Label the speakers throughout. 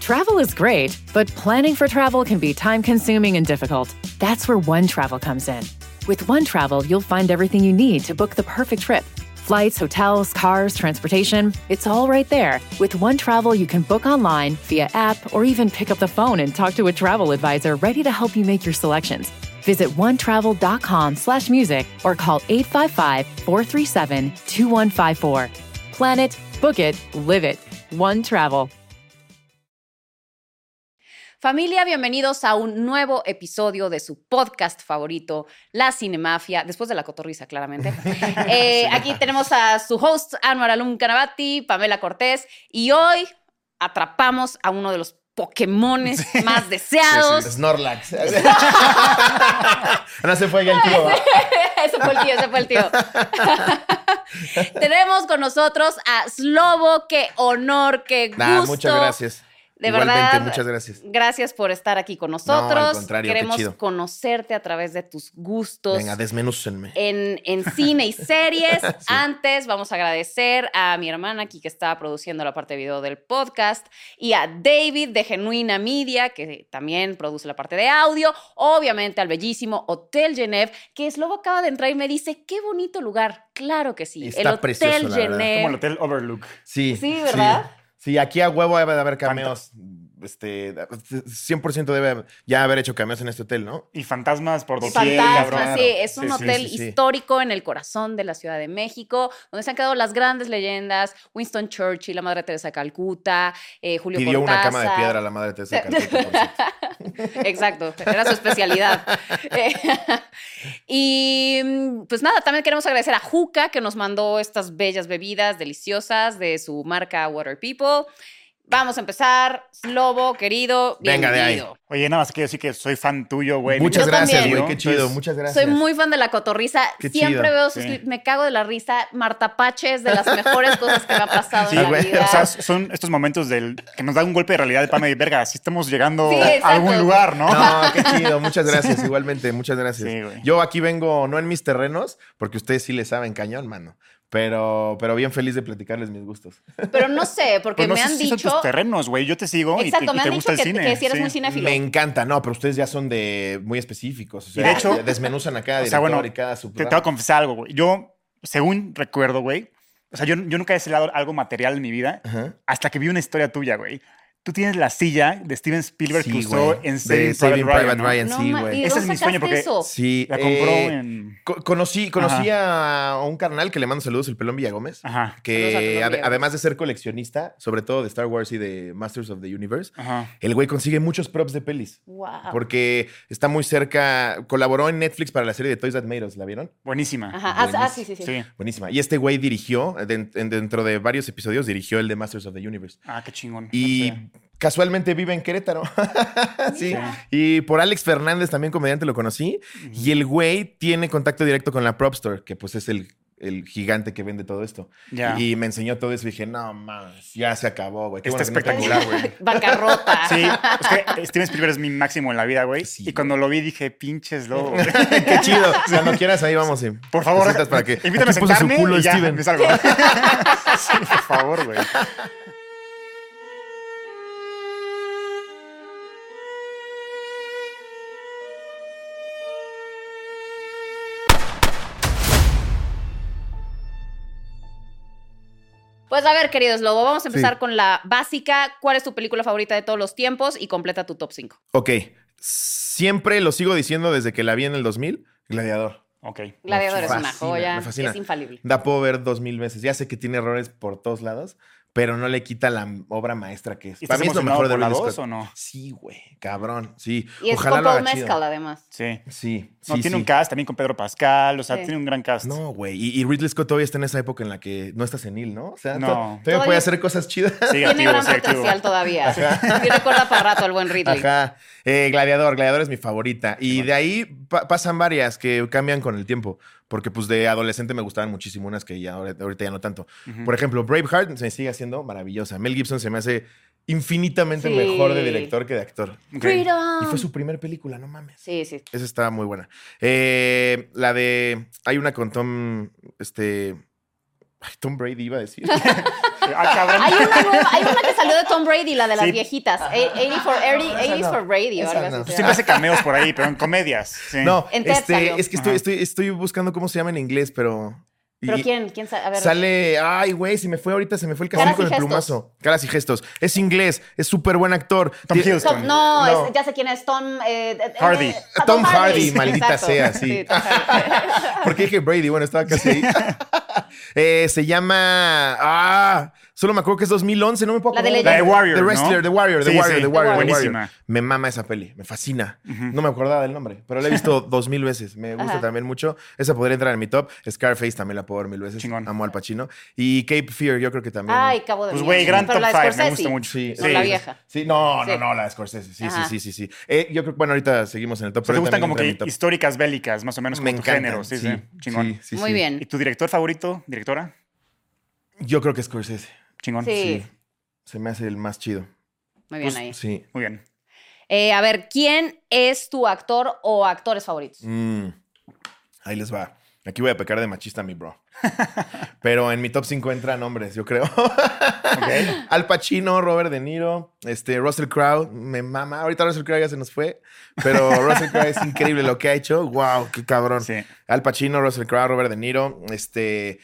Speaker 1: Travel is great, but planning for travel can be time consuming and difficult. That's where One Travel comes in. With One Travel, you'll find everything you need to book the perfect trip flights, hotels, cars, transportation. It's all right there. With One Travel, you can book online, via app, or even pick up the phone and talk to a travel advisor ready to help you make your selections. Visit onetravel.com slash music or call 855-437-2154. Plan it, book it, live it. One Travel.
Speaker 2: Familia, bienvenidos a un nuevo episodio de su podcast favorito, La Cinemafia, después de la cotorriza, claramente. Eh, aquí tenemos a su host, Anwar Alum Canavati, Pamela Cortés, y hoy atrapamos a uno de los Pokémones más deseados.
Speaker 3: Snorlax. no se fue ya el tío. ¿va?
Speaker 2: ese fue el tío, ese fue el tío. Tenemos con nosotros a Slobo, qué honor, qué gusto.
Speaker 3: Nah, muchas gracias.
Speaker 2: De
Speaker 3: Igualmente,
Speaker 2: verdad,
Speaker 3: muchas gracias.
Speaker 2: Gracias por estar aquí con
Speaker 3: al
Speaker 2: nosotros.
Speaker 3: contrario, qué
Speaker 2: Queremos
Speaker 3: chido.
Speaker 2: conocerte a través de tus gustos
Speaker 3: Venga, desmenúcenme.
Speaker 2: en, en cine y series. Antes vamos a agradecer a mi hermana aquí que está produciendo la parte de video del podcast y a David de Genuina Media que también produce la parte de audio. Obviamente al bellísimo Hotel Genève que es luego acaba de entrar y me dice, qué bonito lugar. Claro que sí.
Speaker 3: Está
Speaker 2: el Hotel
Speaker 3: precioso, la verdad.
Speaker 2: Genève.
Speaker 4: Como el hotel Overlook.
Speaker 3: Sí.
Speaker 2: sí, ¿verdad?
Speaker 3: Sí, Sí, aquí a huevo debe de haber cameos. Este, 100% debe ya haber hecho cameos en este hotel, ¿no?
Speaker 4: Y fantasmas por doquier.
Speaker 2: Fantasma,
Speaker 4: cabrón.
Speaker 2: sí, es un
Speaker 4: Sí, sí,
Speaker 2: hotel
Speaker 3: sí, sí.
Speaker 2: histórico en el corazón de la Ciudad de México, donde se han quedado las grandes leyendas, Winston Churchill, la Madre Teresa de Calcuta, eh, Julio
Speaker 3: Pidió una
Speaker 2: Cortázar.
Speaker 3: cama de piedra a la madre Teresa. de Calcuta, por cierto.
Speaker 2: Exacto, era su especialidad. Eh, y mm, pues nada, también queremos agradecer a Juca que nos mandó estas bellas bebidas deliciosas de su marca Water People. Vamos a empezar, Slobo, querido,
Speaker 3: Venga, de ahí.
Speaker 2: bienvenido.
Speaker 4: Oye, nada más quiero decir que soy fan tuyo, güey. Pues,
Speaker 3: Muchas
Speaker 2: Yo
Speaker 3: gracias,
Speaker 2: también.
Speaker 3: güey. Qué chido,
Speaker 4: Entonces,
Speaker 3: muchas gracias.
Speaker 2: Soy muy fan de la cotorriza.
Speaker 3: Qué
Speaker 2: Siempre
Speaker 3: chido.
Speaker 2: veo sus
Speaker 4: Sí.
Speaker 2: clips. Me cago de la risa. Marta Pache es de las mejores cosas que me ha pasado
Speaker 3: Sí,
Speaker 2: en la
Speaker 3: güey,
Speaker 2: vida.
Speaker 4: O sea, son estos momentos del que nos da un golpe de realidad de pana y verga, si estamos llegando
Speaker 2: Sí, exacto.
Speaker 4: a algún lugar, ¿no? Pues
Speaker 3: No, qué chido, muchas gracias, igualmente, muchas gracias.
Speaker 4: Sí, güey.
Speaker 3: Yo aquí vengo, no en mis terrenos, porque ustedes sí le saben cañón, mano. Pero, pero bien feliz de platicarles mis gustos.
Speaker 2: Pero no sé, porque
Speaker 4: Pues no
Speaker 2: me
Speaker 4: sé
Speaker 2: han
Speaker 4: si son
Speaker 2: dicho.
Speaker 4: tus terrenos, güey. Yo te sigo y te-
Speaker 2: Exacto,
Speaker 4: y te,
Speaker 2: me han
Speaker 4: gusta
Speaker 2: dicho
Speaker 4: el
Speaker 2: que,
Speaker 4: cine.
Speaker 2: que si eres
Speaker 4: sí.
Speaker 2: muy cinéfilo.
Speaker 3: Me encanta, no, pero ustedes ya son de muy específicos. O sea,
Speaker 4: de hecho-
Speaker 3: desmenuzan a cada
Speaker 4: O
Speaker 3: director
Speaker 4: sea, bueno,
Speaker 3: y cada
Speaker 4: Te, te
Speaker 3: subprograma.
Speaker 4: voy a confesar algo, güey. Yo, según recuerdo, güey, o sea, yo, yo nunca he celado algo material en mi vida
Speaker 3: Ajá.
Speaker 4: hasta que vi una historia tuya, güey. Tú tienes la silla de Steven Spielberg que
Speaker 3: Sí,
Speaker 4: usó
Speaker 3: güey.
Speaker 4: en
Speaker 3: De
Speaker 4: Saving,
Speaker 3: Saving
Speaker 4: Private
Speaker 3: Private
Speaker 4: Ryan. ¿no?
Speaker 3: Ryan,
Speaker 2: No
Speaker 3: sí,
Speaker 2: ma- ¿y
Speaker 3: güey.
Speaker 2: de
Speaker 4: Ese
Speaker 2: dónde
Speaker 4: es mi
Speaker 2: sacaste
Speaker 4: sueño, porque-
Speaker 2: eso?
Speaker 3: Sí.
Speaker 4: Oh. La compró
Speaker 3: eh,
Speaker 4: en.
Speaker 3: co- conocí conocí a un carnal que le mando saludos, el Pelón Villagómez.
Speaker 2: Saludos
Speaker 4: Ajá.
Speaker 2: al Pelón
Speaker 3: Que ade-
Speaker 2: Villagómez.
Speaker 3: además de ser coleccionista, sobre todo de Star Wars y de Masters of the Universe,
Speaker 4: Ajá.
Speaker 3: el güey consigue muchos props de pelis.
Speaker 4: Ah,
Speaker 2: Wow.
Speaker 3: Porque está muy cerca. Colaboró en Netflix para la serie de Toys That Made Us, ¿la vieron?
Speaker 4: Buenísima.
Speaker 2: Ajá. Ah, ah, sí, sí, sí.
Speaker 4: Sí.
Speaker 3: Buenísima. Y este güey dirigió, den- en- dentro de varios episodios, dirigió el de Masters of the Universe.
Speaker 4: Ah, qué chingón.
Speaker 3: Y
Speaker 4: No sé.
Speaker 3: casualmente vive en Querétaro. sí.
Speaker 2: Mira.
Speaker 3: Y por Alex Fernández, también comediante, lo conocí. Y el güey tiene contacto directo con la Prop Store, que pues es el, el gigante que vende todo esto.
Speaker 4: Ya.
Speaker 3: Y me enseñó todo eso y dije, no mames, ya se acabó, güey. Qué
Speaker 4: Está
Speaker 3: bueno que no te
Speaker 4: espectacular,
Speaker 3: acordás".
Speaker 4: güey.
Speaker 2: Bancarrota.
Speaker 4: Sí, es que Steven Spielberg es mi máximo en la vida, güey.
Speaker 3: Sí,
Speaker 4: y cuando lo vi dije, pinches lobo. güey.
Speaker 3: Qué chido. Cuando quieras, ahí vamos. y
Speaker 4: Por
Speaker 3: te
Speaker 4: favor,
Speaker 3: sientas para que
Speaker 4: invítame a
Speaker 3: aquí puso su
Speaker 4: sentarme
Speaker 3: culo
Speaker 4: y ya,
Speaker 3: Steven.
Speaker 4: me salgo. sí, por favor, güey.
Speaker 2: Pues a ver, queridos Lobo, vamos a empezar
Speaker 3: Sí.
Speaker 2: con la básica. ¿Cuál es tu película favorita de todos los tiempos? Y completa tu top 5.
Speaker 3: Ok. Siempre lo sigo diciendo desde que la vi en el 2000, Gladiador.
Speaker 4: Ok.
Speaker 2: Gladiador es una
Speaker 3: fascina,
Speaker 2: joya.
Speaker 3: me fascina.
Speaker 2: Es infalible.
Speaker 3: La puedo ver dos mil veces. Ya sé que tiene errores por todos lados, pero no le quita la obra maestra que es.
Speaker 4: ¿Y estás emocionado por la
Speaker 3: Ridley
Speaker 4: dos
Speaker 3: Scott.
Speaker 4: o no?
Speaker 3: Sí, güey. Cabrón. Sí.
Speaker 2: Y es
Speaker 3: Ojalá
Speaker 2: con
Speaker 3: lo
Speaker 2: Paul
Speaker 3: haga chido.
Speaker 2: Mezcal, además.
Speaker 4: Sí.
Speaker 3: Sí.
Speaker 4: No,
Speaker 3: sí,
Speaker 4: tiene
Speaker 3: sí.
Speaker 4: un cast también con Pedro Pascal, o sea,
Speaker 2: Sí.
Speaker 4: tiene un gran cast.
Speaker 3: No, güey. Y, y Ridley Scott todavía está en esa época en la que no está senil, ¿no? O sea, to-
Speaker 4: No.
Speaker 3: todavía,
Speaker 2: Todavía-
Speaker 3: puede hacer cosas chidas.
Speaker 4: Sigue
Speaker 2: Tiene
Speaker 4: activo,
Speaker 2: gran
Speaker 4: sigue activo.
Speaker 2: potencial todavía. Y recuerda para rato al buen Ridley.
Speaker 3: Ajá. Eh, Gladiador, Gladiador es mi favorita. Y de ahí pa- pasan varias que cambian con el tiempo. Porque pues de adolescente me gustaban muchísimo unas que ya ahora- ahorita ya no tanto.
Speaker 2: Mm.
Speaker 3: Por ejemplo, Braveheart se me sigue haciendo maravillosa. Mel Gibson se me hace infinitamente
Speaker 2: Sí. Ah.
Speaker 3: mejor de director que de actor.
Speaker 4: Ok.
Speaker 2: Freedom.
Speaker 3: Y fue su primer película, no mames.
Speaker 2: Sí, sí.
Speaker 3: Esa está muy buena. Eh, la de. Hay una con Tom. Este. ay, Tom Brady iba a decir.
Speaker 4: Ah, cabrón.
Speaker 2: Hay una, nueva- hay una que salió de Tom Brady, la de las
Speaker 4: Sí.
Speaker 2: viejitas. Eh, 80 for, 80, 80 for Brady o
Speaker 3: Esa
Speaker 2: algo
Speaker 3: no.
Speaker 2: así.
Speaker 4: Pues
Speaker 2: se
Speaker 4: siempre
Speaker 2: llama.
Speaker 4: hace cameos por ahí, pero en comedias. sí.
Speaker 3: No,
Speaker 2: En Ted
Speaker 3: este,
Speaker 2: salió.
Speaker 3: es que estoy,
Speaker 4: Ajá.
Speaker 3: estoy, estoy buscando cómo se llama en inglés, pero.
Speaker 2: Pero
Speaker 3: y-
Speaker 2: quién, quién sabe. A ver.
Speaker 3: Sale, ay, güey, se me fue ahorita, se me fue el
Speaker 2: Caras
Speaker 3: castillo
Speaker 2: y
Speaker 3: con el
Speaker 2: gestos.
Speaker 3: plumazo. Caras y gestos. Es inglés, es súper buen actor.
Speaker 4: Tom
Speaker 3: Tie-
Speaker 4: Hiddleston.
Speaker 2: Tom- no,
Speaker 3: No.
Speaker 2: es- ya sé quién es. Tom eh, eh,
Speaker 4: Hardy.
Speaker 2: eh,
Speaker 3: Tom Hardy, maldita
Speaker 2: exacto.
Speaker 3: sea, sí.
Speaker 2: Tom Hardy.
Speaker 3: Porque dije Brady, bueno, estaba casi ahí. Eh, se llama. Ah, solo me acuerdo que es 2011, no me puedo
Speaker 2: La de
Speaker 3: acordar.
Speaker 4: La de Warrior.
Speaker 3: The
Speaker 4: ¿no?
Speaker 3: Wrestler, The Warrior, The
Speaker 4: Sí,
Speaker 3: Warrior,
Speaker 4: sí.
Speaker 3: The Warrior, The
Speaker 4: Buenísima.
Speaker 3: Warrior. Me mama esa peli, me fascina. No me acordaba del nombre, pero la he visto dos mil veces. Me gusta
Speaker 2: Ajá.
Speaker 3: también mucho. Esa podría entrar en mi top. Scarface también la puedo ver mil veces.
Speaker 4: Chingón.
Speaker 3: Amo al Pacino. Y Cape Fear, yo creo que también.
Speaker 2: Ay, cabo de
Speaker 4: Pues,
Speaker 2: miedo.
Speaker 4: güey, gran
Speaker 2: Pero
Speaker 4: top
Speaker 2: la de
Speaker 4: 5. Me
Speaker 2: Scorsese.
Speaker 4: gusta mucho.
Speaker 3: Sí,
Speaker 2: No,
Speaker 4: Sí.
Speaker 2: la vieja.
Speaker 3: Sí, no,
Speaker 2: Sí.
Speaker 3: no, no, la de Scorsese. Sí, sí,
Speaker 2: Ajá.
Speaker 3: sí, sí, sí. Eh, yo creo, bueno, ahorita seguimos en el top.
Speaker 4: O sea, te
Speaker 3: pero
Speaker 4: gustan
Speaker 3: también
Speaker 4: como
Speaker 3: entra en
Speaker 4: que
Speaker 3: mi top.
Speaker 4: históricas bélicas, más o menos como tu género. Sí, sí. Chingón.
Speaker 3: Sí, sí,
Speaker 2: Muy
Speaker 3: sí.
Speaker 4: ¿Y
Speaker 2: bien.
Speaker 4: tu director favorito, directora?
Speaker 3: Yo creo que Scorsese
Speaker 4: Chingón.
Speaker 2: Sí,
Speaker 3: se me hace el más chido.
Speaker 2: muy bien
Speaker 4: Pues,
Speaker 2: ahí.
Speaker 3: Sí.
Speaker 4: Muy bien.
Speaker 2: Eh, a ver, ¿quién es tu actor o actores favoritos?
Speaker 3: Mm. Ahí les va. Aquí voy a pecar de machista, mi bro. Pero en mi top 5 entran hombres, yo creo. Al Pacino, Robert De Niro, este, Russell Crowe, me mama. Ahorita Russell Crowe ya se nos fue, pero Russell Crowe es increíble lo que ha hecho. ¡Wow! ¡Qué cabrón!
Speaker 4: Sí.
Speaker 3: Al Pacino, Russell Crowe, Robert De Niro. Este,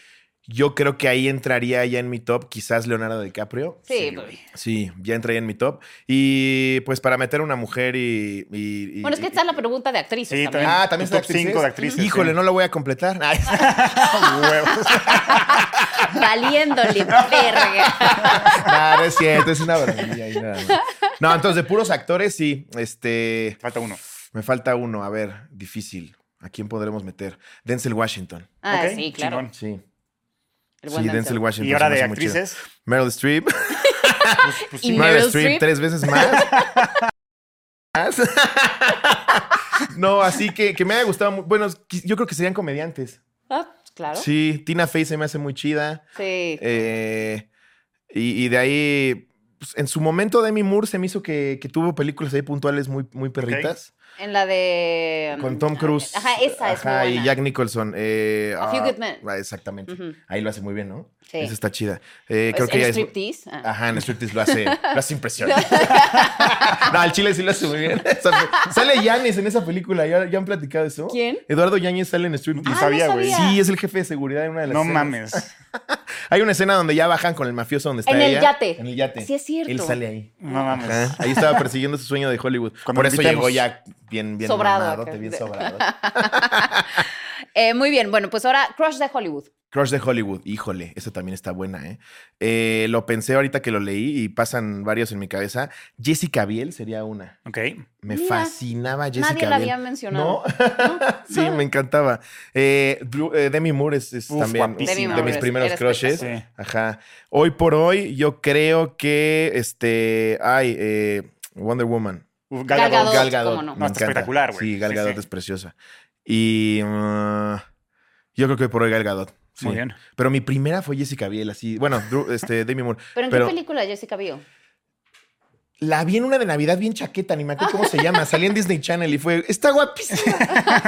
Speaker 3: yo creo que ahí entraría ya en mi top, quizás Leonardo DiCaprio.
Speaker 2: Sí,
Speaker 4: Sí,
Speaker 2: pues,
Speaker 4: güey.
Speaker 3: Sí, ya entraría en mi top. Y pues para meter una mujer y. y- y-
Speaker 2: Bueno, es que
Speaker 3: y-
Speaker 2: está la pregunta de actrices
Speaker 4: Sí,
Speaker 2: también.
Speaker 4: también.
Speaker 3: Ah, también
Speaker 4: Tu
Speaker 3: soy
Speaker 4: top cinco de actrices,
Speaker 3: Híjole,
Speaker 4: sí.
Speaker 3: no lo voy a completar. Ay, ¡Ah,
Speaker 4: Huevos.
Speaker 2: Valiéndole, verga.
Speaker 3: no, no es cierto, es una barbería ahí, nada más. No, entonces de puros actores, sí. Este,
Speaker 4: Falta uno.
Speaker 3: me falta uno, a ver, difícil. ¿A quién podremos meter? Denzel Washington.
Speaker 2: Ah,
Speaker 4: Ok,
Speaker 2: sí, claro.
Speaker 4: chingón.
Speaker 3: Sí.
Speaker 2: El
Speaker 3: Sí,
Speaker 2: buen
Speaker 3: Denzel,
Speaker 2: Denzel.
Speaker 3: Washington.
Speaker 4: Y ahora
Speaker 3: se me
Speaker 4: de
Speaker 3: hace muy chido.
Speaker 4: actrices.
Speaker 3: Meryl Streep.
Speaker 4: pues- pues
Speaker 2: Y
Speaker 4: sí.
Speaker 2: Meryl
Speaker 3: Meryl Streep
Speaker 2: Streep.
Speaker 3: tres veces más. Más. no, así que, que me haya gustado. mu- Bueno, qui- yo creo que serían comediantes.
Speaker 2: Ah, claro. Sí.
Speaker 3: Sí, Tina Fey se me hace muy chida. Eh, y, y de ahí, pues, en su momento, Demi Moore se me hizo que, que tuvo películas ahí puntuales muy, muy perritas.
Speaker 2: En la de. mm,
Speaker 3: Con Tom Cruise.
Speaker 2: Ajá, esa es muy
Speaker 3: Ajá,
Speaker 2: buena.
Speaker 3: y Jack Nicholson. eh,
Speaker 2: A Few
Speaker 3: ah,
Speaker 2: Good Men.
Speaker 3: ah, Exactamente.
Speaker 2: Ujú.
Speaker 3: Ahí lo hace muy bien, ¿no?
Speaker 2: Sí.
Speaker 3: Esa está chida. Eh,
Speaker 2: Pues,
Speaker 3: creo que
Speaker 2: el
Speaker 3: ella es-
Speaker 2: striptease. Ah.
Speaker 3: Ajá, en el striptease lo hace, lo hace impresionante. no, al chile sí lo hace muy bien. Esa pe- sale Yanis en esa película, ¿ya, ya han platicado eso?
Speaker 2: ¿Quién? Ah,
Speaker 3: Eduardo Yanis sale en striptease.
Speaker 4: No sabía, güey.
Speaker 2: sabía.
Speaker 3: Sí, es el jefe de seguridad en una de las
Speaker 4: No
Speaker 3: escenas.
Speaker 4: mames.
Speaker 3: Hay una escena donde ya bajan con el mafioso donde está
Speaker 2: En el
Speaker 3: ella.
Speaker 2: yate.
Speaker 3: En el yate.
Speaker 2: Sí, es cierto.
Speaker 3: Él sale ahí.
Speaker 4: No
Speaker 3: Ajá,
Speaker 4: mames.
Speaker 3: Ahí estaba persiguiendo su sueño de Hollywood.
Speaker 4: Cuando
Speaker 3: Por eso
Speaker 4: invitemos.
Speaker 3: llegó ya bien, bien
Speaker 2: Sobrado
Speaker 3: mamadote,
Speaker 2: acá.
Speaker 3: bien sobrado.
Speaker 2: Eh, muy bien, bueno, pues ahora Crush de Hollywood.
Speaker 3: Crush de Hollywood, híjole, esa también está buena, ¿eh? Eh, Lo pensé ahorita que lo leí y pasan varios en mi cabeza. Jessica Biel sería una.
Speaker 4: Ok.
Speaker 3: Me
Speaker 2: Mira,
Speaker 3: fascinaba Jessica
Speaker 2: Nadie la
Speaker 3: Biel.
Speaker 2: había mencionado.
Speaker 3: ¿No? sí, me encantaba. Eh, Drew- eh, Demi Moore es, es
Speaker 4: Uf,
Speaker 3: también
Speaker 4: guapísima. Demi
Speaker 3: de
Speaker 4: Moore
Speaker 3: mis
Speaker 2: es-
Speaker 3: primeros
Speaker 2: era
Speaker 3: crushes.
Speaker 4: espectacular. Sí.
Speaker 3: Ajá. Hoy por hoy, yo creo que este. Ay, eh, Wonder Woman.
Speaker 4: Uf, Gal
Speaker 2: Gal
Speaker 4: Gadot.
Speaker 2: Gadot.
Speaker 3: Gal Gadot.
Speaker 2: cómo no.
Speaker 3: me
Speaker 4: No, está
Speaker 3: encanta.
Speaker 4: espectacular, güey.
Speaker 3: Sí, Gal
Speaker 4: Sí,
Speaker 3: Gadot
Speaker 4: sí.
Speaker 3: es preciosa. Y. uh, yo creo que hoy por hoy Gal Gadot. Sí.
Speaker 4: Muy bien.
Speaker 3: Pero mi primera fue Jessica Biel, así. Bueno, Drew- este, Demi Moore.
Speaker 2: ¿Pero en qué película Jessica Biel?
Speaker 3: La vi en una de Navidad bien chaqueta, ni me acuerdo cómo se llama. Salí en Disney Channel y fue, está guapísima.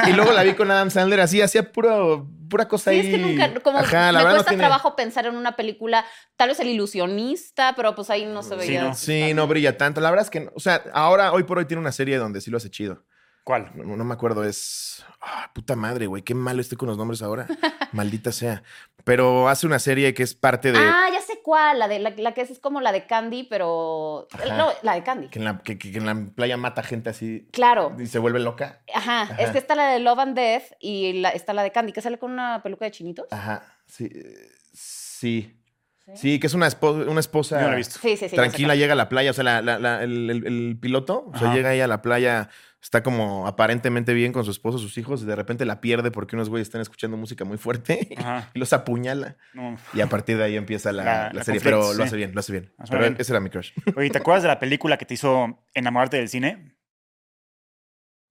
Speaker 3: y luego la vi con Adam Sandler así, hacía puro, pura cosa
Speaker 2: Sí, es
Speaker 3: ahí.
Speaker 2: que nunca, como
Speaker 3: Ajá, la
Speaker 2: me
Speaker 3: verdad no
Speaker 2: cuesta
Speaker 3: tiene-
Speaker 2: trabajo pensar en una película, tal vez el ilusionista, pero pues ahí no se veía.
Speaker 4: no.
Speaker 3: Sí, no brilla tanto. La verdad es que, no- o sea, ahora, hoy por hoy tiene una serie donde sí lo hace chido.
Speaker 4: ¿Cuál?
Speaker 3: No, no me acuerdo, es. ah, puta madre, güey, qué malo estoy con los nombres ahora. Maldita sea. Pero hace una serie que es parte de.
Speaker 2: Ah, ya sé cuál, la de la, la que es, es como la de Candy, pero
Speaker 3: Ajá.
Speaker 2: no, la de Candy.
Speaker 3: Que en, la, que- que- que en la playa mata gente así
Speaker 2: Claro.
Speaker 3: y se vuelve loca.
Speaker 2: Ajá. es que está la de Love and Death y la- está la de Candy, que sale con una peluca de chinitos.
Speaker 3: Ajá, sí. eh, Sí. Ah, Sí, que es una, espo- una esposa.
Speaker 4: Yo no la he visto.
Speaker 2: Sí, sí, sí. ya sé
Speaker 3: tranquila,
Speaker 2: cuál.
Speaker 3: llega a la playa, o sea, la- la- la- el, el- el piloto, o sea,
Speaker 4: Ajá.
Speaker 3: llega ahí a la playa, está como aparentemente bien con su esposo, sus hijos, y de repente la pierde porque unos güeyes están escuchando música muy fuerte
Speaker 4: Ajá.
Speaker 3: y los apuñala.
Speaker 4: No.
Speaker 3: Y a partir de ahí empieza la,
Speaker 4: La-
Speaker 3: la
Speaker 4: la
Speaker 3: serie,
Speaker 4: conflicto,
Speaker 3: pero lo
Speaker 4: sí.
Speaker 3: hace bien, lo hace bien.
Speaker 4: Ah, suena
Speaker 3: Pero
Speaker 4: bien.
Speaker 3: ese era mi crush.
Speaker 4: Oye, ¿te
Speaker 3: E
Speaker 4: acuerdas de la película que te hizo enamorarte del cine?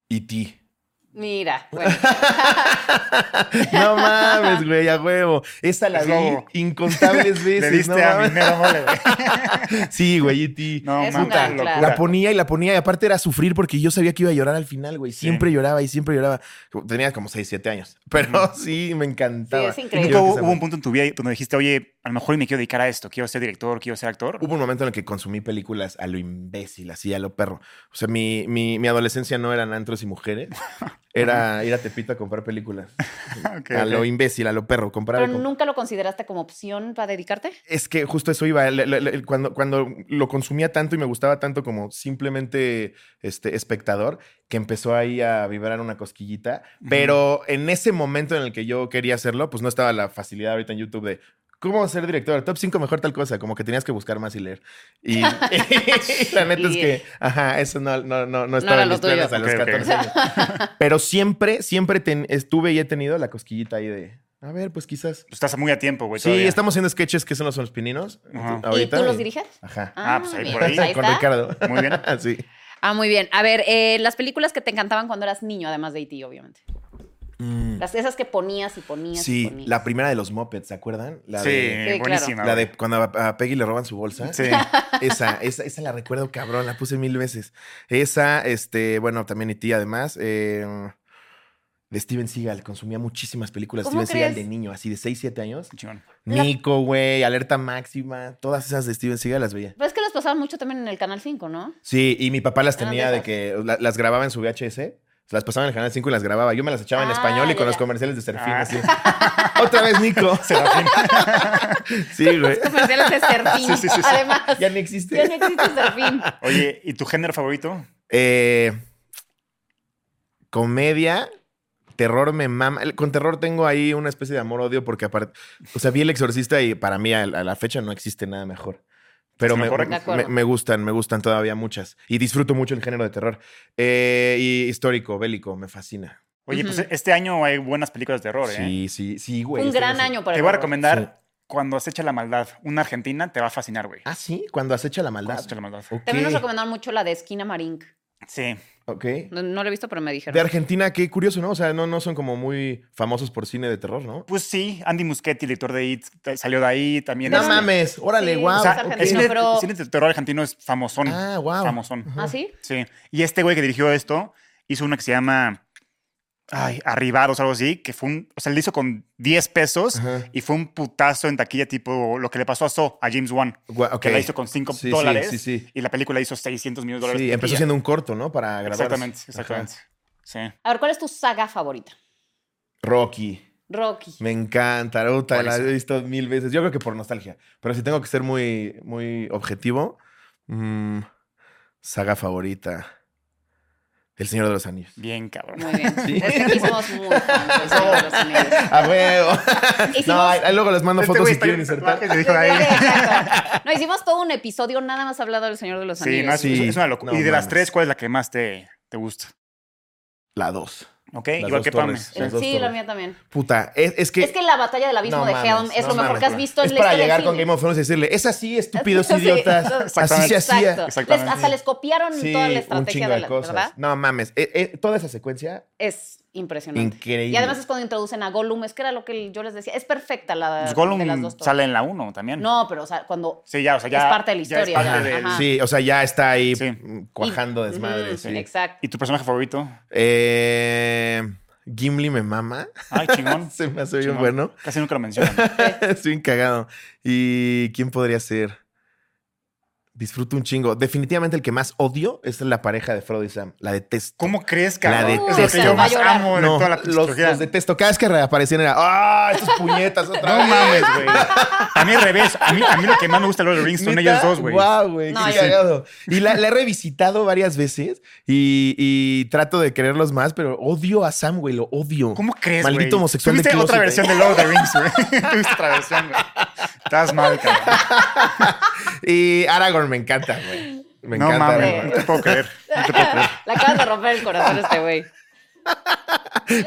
Speaker 3: Y ti.
Speaker 2: Mira, bueno.
Speaker 3: no mames, güey, a huevo. Esta la
Speaker 4: Es
Speaker 3: vi
Speaker 4: lobo.
Speaker 3: incontables
Speaker 4: Le
Speaker 3: veces.
Speaker 4: diste
Speaker 3: no
Speaker 4: a mi
Speaker 3: mames.
Speaker 4: mero mole, güey.
Speaker 3: Sí, güey, E E.T.
Speaker 4: No,
Speaker 2: Es
Speaker 4: mames,
Speaker 2: una
Speaker 4: locura.
Speaker 2: clara.
Speaker 3: La ponía y la ponía, y aparte era sufrir porque yo sabía que iba a llorar al final, güey. Siempre lloraba y siempre lloraba. Tenía como 6, 7 años, pero sí, me encantaba.
Speaker 2: Sí, es
Speaker 4: ¿Y
Speaker 2: increíble.
Speaker 3: Creo
Speaker 4: nunca
Speaker 3: que
Speaker 4: hubo,
Speaker 3: esa
Speaker 4: hubo
Speaker 3: fue-
Speaker 4: un punto en tu vida donde dijiste, oye, a lo mejor me quiero dedicar a esto, quiero ser director, quiero ser actor?
Speaker 3: Hubo un momento en el que consumí películas a lo imbécil, así a lo perro. O sea, mi, mi, mi adolescencia no eran antros y mujeres, era ir a Tepito a comprar películas.
Speaker 4: Ok,
Speaker 3: a
Speaker 4: ok.
Speaker 3: Ah, lo imbécil, a lo perro, comprar.
Speaker 2: ¿Pero nunca lo consideraste como opción para dedicarte?
Speaker 3: Es que justo eso iba. le- le- le- cuando, cuando lo consumía tanto y me gustaba tanto como simplemente este, espectador, que empezó ahí a vibrar una cosquillita. Pero en ese momento en el que yo quería hacerlo, pues no estaba la facilidad ahorita en YouTube de. ¿Cómo ser director? Top 5 mejor tal cosa. Como que tenías que buscar más y leer. Y, la neta es
Speaker 2: Y-
Speaker 3: que, ajá, eso no, no, no, no
Speaker 2: era
Speaker 3: estaba en
Speaker 2: lo
Speaker 3: mis planes
Speaker 2: tuyo.
Speaker 3: a los
Speaker 4: Ok, ok.
Speaker 3: 14 años. Pero siempre, siempre ten- estuve y he tenido la cosquillita ahí de, a ver, pues quizás.
Speaker 4: Pues estás muy a tiempo, güey.
Speaker 3: Sí,
Speaker 4: todavía.
Speaker 3: estamos haciendo sketches que son los pininos.
Speaker 4: Ajá.
Speaker 3: Ahorita.
Speaker 2: ¿Y tú los diriges?
Speaker 3: Ajá.
Speaker 4: Ah, pues ahí
Speaker 2: bien,
Speaker 4: por ahí.
Speaker 2: pues
Speaker 3: Con
Speaker 2: está.
Speaker 3: Ricardo.
Speaker 4: Muy bien.
Speaker 3: sí.
Speaker 2: Ah, muy bien. A ver, eh, las películas que te encantaban cuando eras niño, además de E.T., obviamente. Las, esas que ponías y ponías. y
Speaker 3: Mm, Sí,
Speaker 2: ponías.
Speaker 3: la primera de los Muppets, ¿se acuerdan? La
Speaker 4: Sí,
Speaker 3: De,
Speaker 2: Sí,
Speaker 4: buenísima.
Speaker 3: la
Speaker 4: güey.
Speaker 3: de cuando a, a Peggy le roban su bolsa.
Speaker 4: Sí.
Speaker 3: Esa, esa, esa la recuerdo cabrón, la puse mil veces. Esa, este, bueno, también y tía además. eh, de Steven Seagal, consumía muchísimas películas. de
Speaker 2: ¿Cómo
Speaker 3: Steven Seagal
Speaker 2: crees?
Speaker 3: de niño, así de 6, 7 años.
Speaker 4: Chingón.
Speaker 2: La-
Speaker 3: Nico, güey, Alerta Máxima, todas esas de Steven Seagal las veía.
Speaker 2: Pero es que las pasaban mucho también en el Canal 5, ¿no?
Speaker 3: Sí, y mi papá las
Speaker 2: Eran
Speaker 3: tenía
Speaker 2: de
Speaker 3: de
Speaker 2: esas.
Speaker 3: que la- las grababa en su VHS. se Las pasaba en el canal 5 y las grababa. Yo me las echaba en
Speaker 2: Ah,
Speaker 3: español y
Speaker 2: ya,
Speaker 3: con los
Speaker 2: ya.
Speaker 3: comerciales de Serfín
Speaker 4: Ah.
Speaker 3: así. Otra vez Nico.
Speaker 4: Serafín.
Speaker 3: Sí, güey.
Speaker 2: Comerciales de Serfín,
Speaker 4: Sí, sí, sí, sí.
Speaker 2: además.
Speaker 3: Ya ni
Speaker 2: Ya no
Speaker 3: existe.
Speaker 2: existe Serfín.
Speaker 4: Oye, ¿y tu género favorito?
Speaker 3: Eh, comedia, terror me mama. El- Con terror tengo ahí una especie de amor-odio porque aparte, o sea, vi El Exorcista y para mí a a la fecha no existe nada mejor. Pero
Speaker 4: Es
Speaker 3: me,
Speaker 4: mejor.
Speaker 2: De acuerdo.
Speaker 3: me- me gustan, me gustan todavía muchas. Y disfruto mucho el género de terror. Eh, y histórico, bélico, me fascina.
Speaker 4: Oye, pues
Speaker 2: Ujú.
Speaker 4: este año hay buenas películas de terror, ¿eh?
Speaker 3: Sí, sí, sí, güey.
Speaker 2: Un
Speaker 3: este
Speaker 2: gran
Speaker 3: no sé.
Speaker 2: año para
Speaker 4: Te voy a
Speaker 2: el horror.
Speaker 4: recomendar Cuando acecha la maldad. Una argentina te va a fascinar, güey.
Speaker 3: Ah, sí, cuando acecha la
Speaker 4: Cuando
Speaker 3: maldad.
Speaker 4: acecha la maldad.
Speaker 3: Ok,
Speaker 2: También nos recomendaron mucho la de Esquina Marink.
Speaker 4: Sí.
Speaker 3: ok.
Speaker 2: No, no la he visto, pero me
Speaker 3: De
Speaker 2: dijeron.
Speaker 3: Argentina, qué curioso, ¿no? O sea, no, no son como muy famosos por cine de terror, ¿no?
Speaker 4: Pues sí, Andy Muschietti, director de IT, t- salió de ahí también.
Speaker 3: No
Speaker 4: es-
Speaker 3: mames, órale,
Speaker 2: Sí,
Speaker 3: guau.
Speaker 4: O
Speaker 2: es
Speaker 4: sea,
Speaker 2: argentino,
Speaker 4: el, cine,
Speaker 2: pero-
Speaker 4: el cine de terror argentino es famosón.
Speaker 3: Ah, guau.
Speaker 4: Famosón.
Speaker 2: ¿Ah, sí?
Speaker 4: Sí. Y este güey que dirigió esto hizo una que se llama ay, Arribados, algo así, que fue un. O sea, le hizo con 10 pesos
Speaker 3: Ajá.
Speaker 4: y fue un putazo en taquilla, tipo lo que le pasó a So, a James Wan,
Speaker 3: Guau, ok.
Speaker 4: que la hizo con 5
Speaker 3: Sí, sí,
Speaker 4: dólares
Speaker 3: Sí, sí,
Speaker 4: y la película hizo 600 millones de dólares.
Speaker 3: Sí,
Speaker 4: en
Speaker 3: empezó
Speaker 4: taquilla.
Speaker 3: siendo un corto, ¿no? Para grabar.
Speaker 4: Exactamente, exactamente. Sí.
Speaker 2: A ver, ¿cuál es tu saga favorita?
Speaker 3: Rocky.
Speaker 2: Rocky.
Speaker 3: Me encanta, puta, la
Speaker 4: Buenísimo.
Speaker 3: he visto mil veces. Yo creo que por nostalgia. Pero si tengo que ser muy, muy objetivo, mm, saga favorita. El Señor de los Anillos.
Speaker 4: Bien, cabrón.
Speaker 2: Muy bien.
Speaker 3: Sí.
Speaker 2: Es que aquí somos muy fans del Señor de los Anillos.
Speaker 3: A huevo.
Speaker 2: Hicimos-
Speaker 3: No, ahí, ahí luego les mando
Speaker 4: Este
Speaker 3: fotos si
Speaker 4: güey está
Speaker 3: quieren
Speaker 4: bien
Speaker 3: insertar.
Speaker 4: tatuajes, dijo ahí.
Speaker 2: Exacto. No, hicimos todo un episodio nada más hablado del Señor de los
Speaker 4: Sí,
Speaker 2: Anillos.
Speaker 4: no, es,
Speaker 3: Sí.
Speaker 4: es una locura.
Speaker 3: No
Speaker 4: y de las
Speaker 3: mames.
Speaker 4: tres, ¿cuál es la que más te, te gusta?
Speaker 3: La 2.
Speaker 4: ¿Ok?
Speaker 3: Las
Speaker 4: Igual
Speaker 3: dos
Speaker 4: que Pame.
Speaker 3: torres.
Speaker 2: Eh,
Speaker 3: Las dos
Speaker 2: sí, la
Speaker 3: torres.
Speaker 2: mía también.
Speaker 3: Puta, es, es que.
Speaker 2: Es que la batalla del abismo
Speaker 3: No
Speaker 2: de
Speaker 3: mames,
Speaker 2: Helm es
Speaker 3: no
Speaker 2: lo mejor
Speaker 3: mames,
Speaker 2: que has
Speaker 3: güey.
Speaker 2: visto en
Speaker 3: Es
Speaker 2: la
Speaker 3: para
Speaker 2: historia del
Speaker 3: llegar con
Speaker 2: cine.
Speaker 3: Game of Thrones y decirle, es así, estúpidos
Speaker 2: Sí,
Speaker 3: idiotas.
Speaker 2: exacto.
Speaker 3: Así se hacía.
Speaker 2: Exacto.
Speaker 4: Exactamente.
Speaker 2: Les- hasta les copiaron
Speaker 3: Sí,
Speaker 2: toda la
Speaker 3: un
Speaker 2: estrategia
Speaker 3: chingo
Speaker 2: de
Speaker 3: de
Speaker 2: la,
Speaker 3: cosas.
Speaker 2: ¿verdad?
Speaker 3: No mames. eh, eh, toda esa secuencia,
Speaker 2: Es impresionante.
Speaker 3: increíble.
Speaker 2: Y además es cuando introducen a Gollum, es que era lo que yo les decía. Es perfecta la
Speaker 4: Pues
Speaker 2: Eh, de las
Speaker 4: Gollum
Speaker 2: dos torres.
Speaker 4: sale en la 1 también.
Speaker 2: No, pero o sea, cuando
Speaker 4: Sí, ya, o sea, ya.
Speaker 2: Es parte de la
Speaker 4: ya es
Speaker 2: historia,
Speaker 4: parte
Speaker 2: ya,
Speaker 4: del-
Speaker 2: ajá.
Speaker 3: Sí, o sea, ya está ahí
Speaker 4: Sí.
Speaker 3: mm, cuajando desmadre.
Speaker 2: Ujú,
Speaker 3: sí.
Speaker 2: Exacto.
Speaker 4: ¿Y tu personaje favorito?
Speaker 3: Eh, Gimli me mama.
Speaker 4: Ay, chingón.
Speaker 3: Se me hace bien
Speaker 4: chingón.
Speaker 3: bueno.
Speaker 4: Casi nunca lo mencionan.
Speaker 3: Estoy bien cagado. ¿Y quién podría ser? Disfruto un chingo. Definitivamente el que más odio es la pareja de Frodo y Sam. La detesto.
Speaker 4: ¿Cómo crees,
Speaker 3: La
Speaker 4: cabrón?
Speaker 3: detesto.
Speaker 4: Es lo
Speaker 3: Va
Speaker 4: que yo
Speaker 3: a
Speaker 4: más
Speaker 2: llorar.
Speaker 4: amo de
Speaker 3: No,
Speaker 4: toda la
Speaker 3: los, los
Speaker 4: psicología.
Speaker 3: detesto. Cada vez que reaparecían era, ¡ah, estos puñetas otra
Speaker 4: No
Speaker 3: vez!
Speaker 4: mames, güey. A mí al revés. A mí, a mí lo que más me gusta de Lord of the Rings son ellos dos, güey.
Speaker 3: Wow, güey,
Speaker 2: No,
Speaker 3: qué
Speaker 2: yo-
Speaker 3: cagado. Y la, la he revisitado varias veces y, y trato de quererlos más, pero odio a Sam, güey, lo odio.
Speaker 4: ¿Cómo crees, güey?
Speaker 3: Maldito homosexual de
Speaker 4: Tuviste otra
Speaker 3: closet,
Speaker 4: versión de Lord of the Rings, güey. Tuviste otra versión, güey. Estás mal, cabrón.
Speaker 3: Y Aragorn me encanta, güey. Me
Speaker 4: no
Speaker 3: encanta
Speaker 4: mames,
Speaker 3: Aragorn.
Speaker 4: no te puedo creer. No te puedo creer.
Speaker 2: Le acabas de romper el corazón a este güey.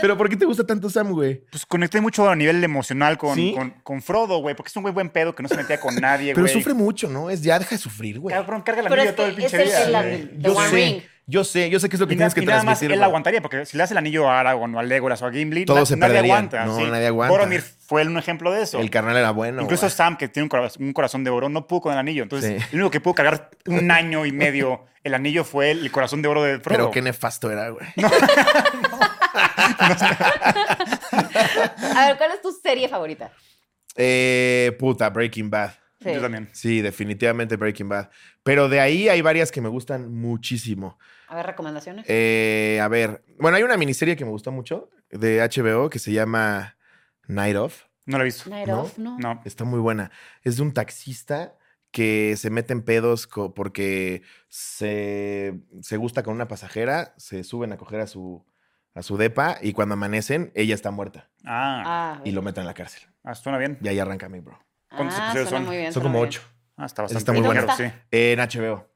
Speaker 3: Pero ¿por qué te gusta tanto Sam, güey?
Speaker 4: Pues conecté mucho a nivel emocional con,
Speaker 3: ¿Sí?
Speaker 4: con, con Frodo, güey, porque es un güey buen pedo que no se metía con nadie, güey.
Speaker 3: Pero sufre mucho, ¿no? Es ya deja de sufrir, güey.
Speaker 4: Cabrón, carga la
Speaker 2: Pero
Speaker 4: media
Speaker 2: es
Speaker 4: todo el
Speaker 2: que es
Speaker 4: pinche
Speaker 2: el,
Speaker 4: día,
Speaker 2: el-
Speaker 4: güey.
Speaker 2: el- The
Speaker 3: Yo
Speaker 2: One
Speaker 3: sé.
Speaker 2: Ring.
Speaker 3: Yo sé, yo sé que es lo que
Speaker 4: Y, na-
Speaker 3: tienes que
Speaker 4: y nada más
Speaker 3: transmitir.
Speaker 4: él
Speaker 3: güey.
Speaker 4: aguantaría, porque si le hace el anillo a Aragorn o a Legolas o a Gimli,
Speaker 3: Todos
Speaker 4: na-
Speaker 3: se
Speaker 4: nadie
Speaker 3: perderían.
Speaker 4: aguanta.
Speaker 3: No,
Speaker 4: ¿sí?
Speaker 3: nadie aguanta.
Speaker 4: Boromir fue un ejemplo de eso.
Speaker 3: el carnal era bueno.
Speaker 4: Incluso
Speaker 3: güey.
Speaker 4: Sam, que tiene un cora- un corazón de oro, no pudo con el anillo. Entonces,
Speaker 3: Sí.
Speaker 4: el único que pudo cargar un año y medio el anillo fue el corazón de oro de Frodo.
Speaker 3: Pero qué nefasto era, güey.
Speaker 2: A ver, ¿cuál es tu serie favorita?
Speaker 3: Eh, puta, Breaking Bad.
Speaker 2: Sí.
Speaker 4: Yo también.
Speaker 3: Sí, definitivamente Breaking Bad. Pero de ahí hay varias que me gustan muchísimo.
Speaker 2: A ver, recomendaciones.
Speaker 3: Eh, a ver, bueno, hay una miniserie que me gustó mucho de HBO que se llama Night Off.
Speaker 4: No lo he visto.
Speaker 2: Night
Speaker 3: ¿no?
Speaker 2: Off, ¿no?
Speaker 4: No.
Speaker 3: Está muy buena. Es de un taxista que se mete en pedos co- porque se, se gusta con una pasajera, se suben a coger a su, a su depa y cuando amanecen, ella está muerta
Speaker 4: Ah,
Speaker 2: Ah,
Speaker 3: y lo meten en la cárcel.
Speaker 4: ah, suena bien.
Speaker 3: Y ahí arranca mi bro.
Speaker 4: ¿Cuántos
Speaker 2: ah,
Speaker 4: episodios
Speaker 2: suena
Speaker 4: son?
Speaker 2: muy bien,
Speaker 3: Son
Speaker 2: suena
Speaker 3: como
Speaker 2: bien.
Speaker 3: ocho.
Speaker 4: Ah,
Speaker 3: Esa
Speaker 4: está bastante
Speaker 3: está muy
Speaker 4: ligero,
Speaker 2: buena.
Speaker 4: sí.
Speaker 3: En HBO.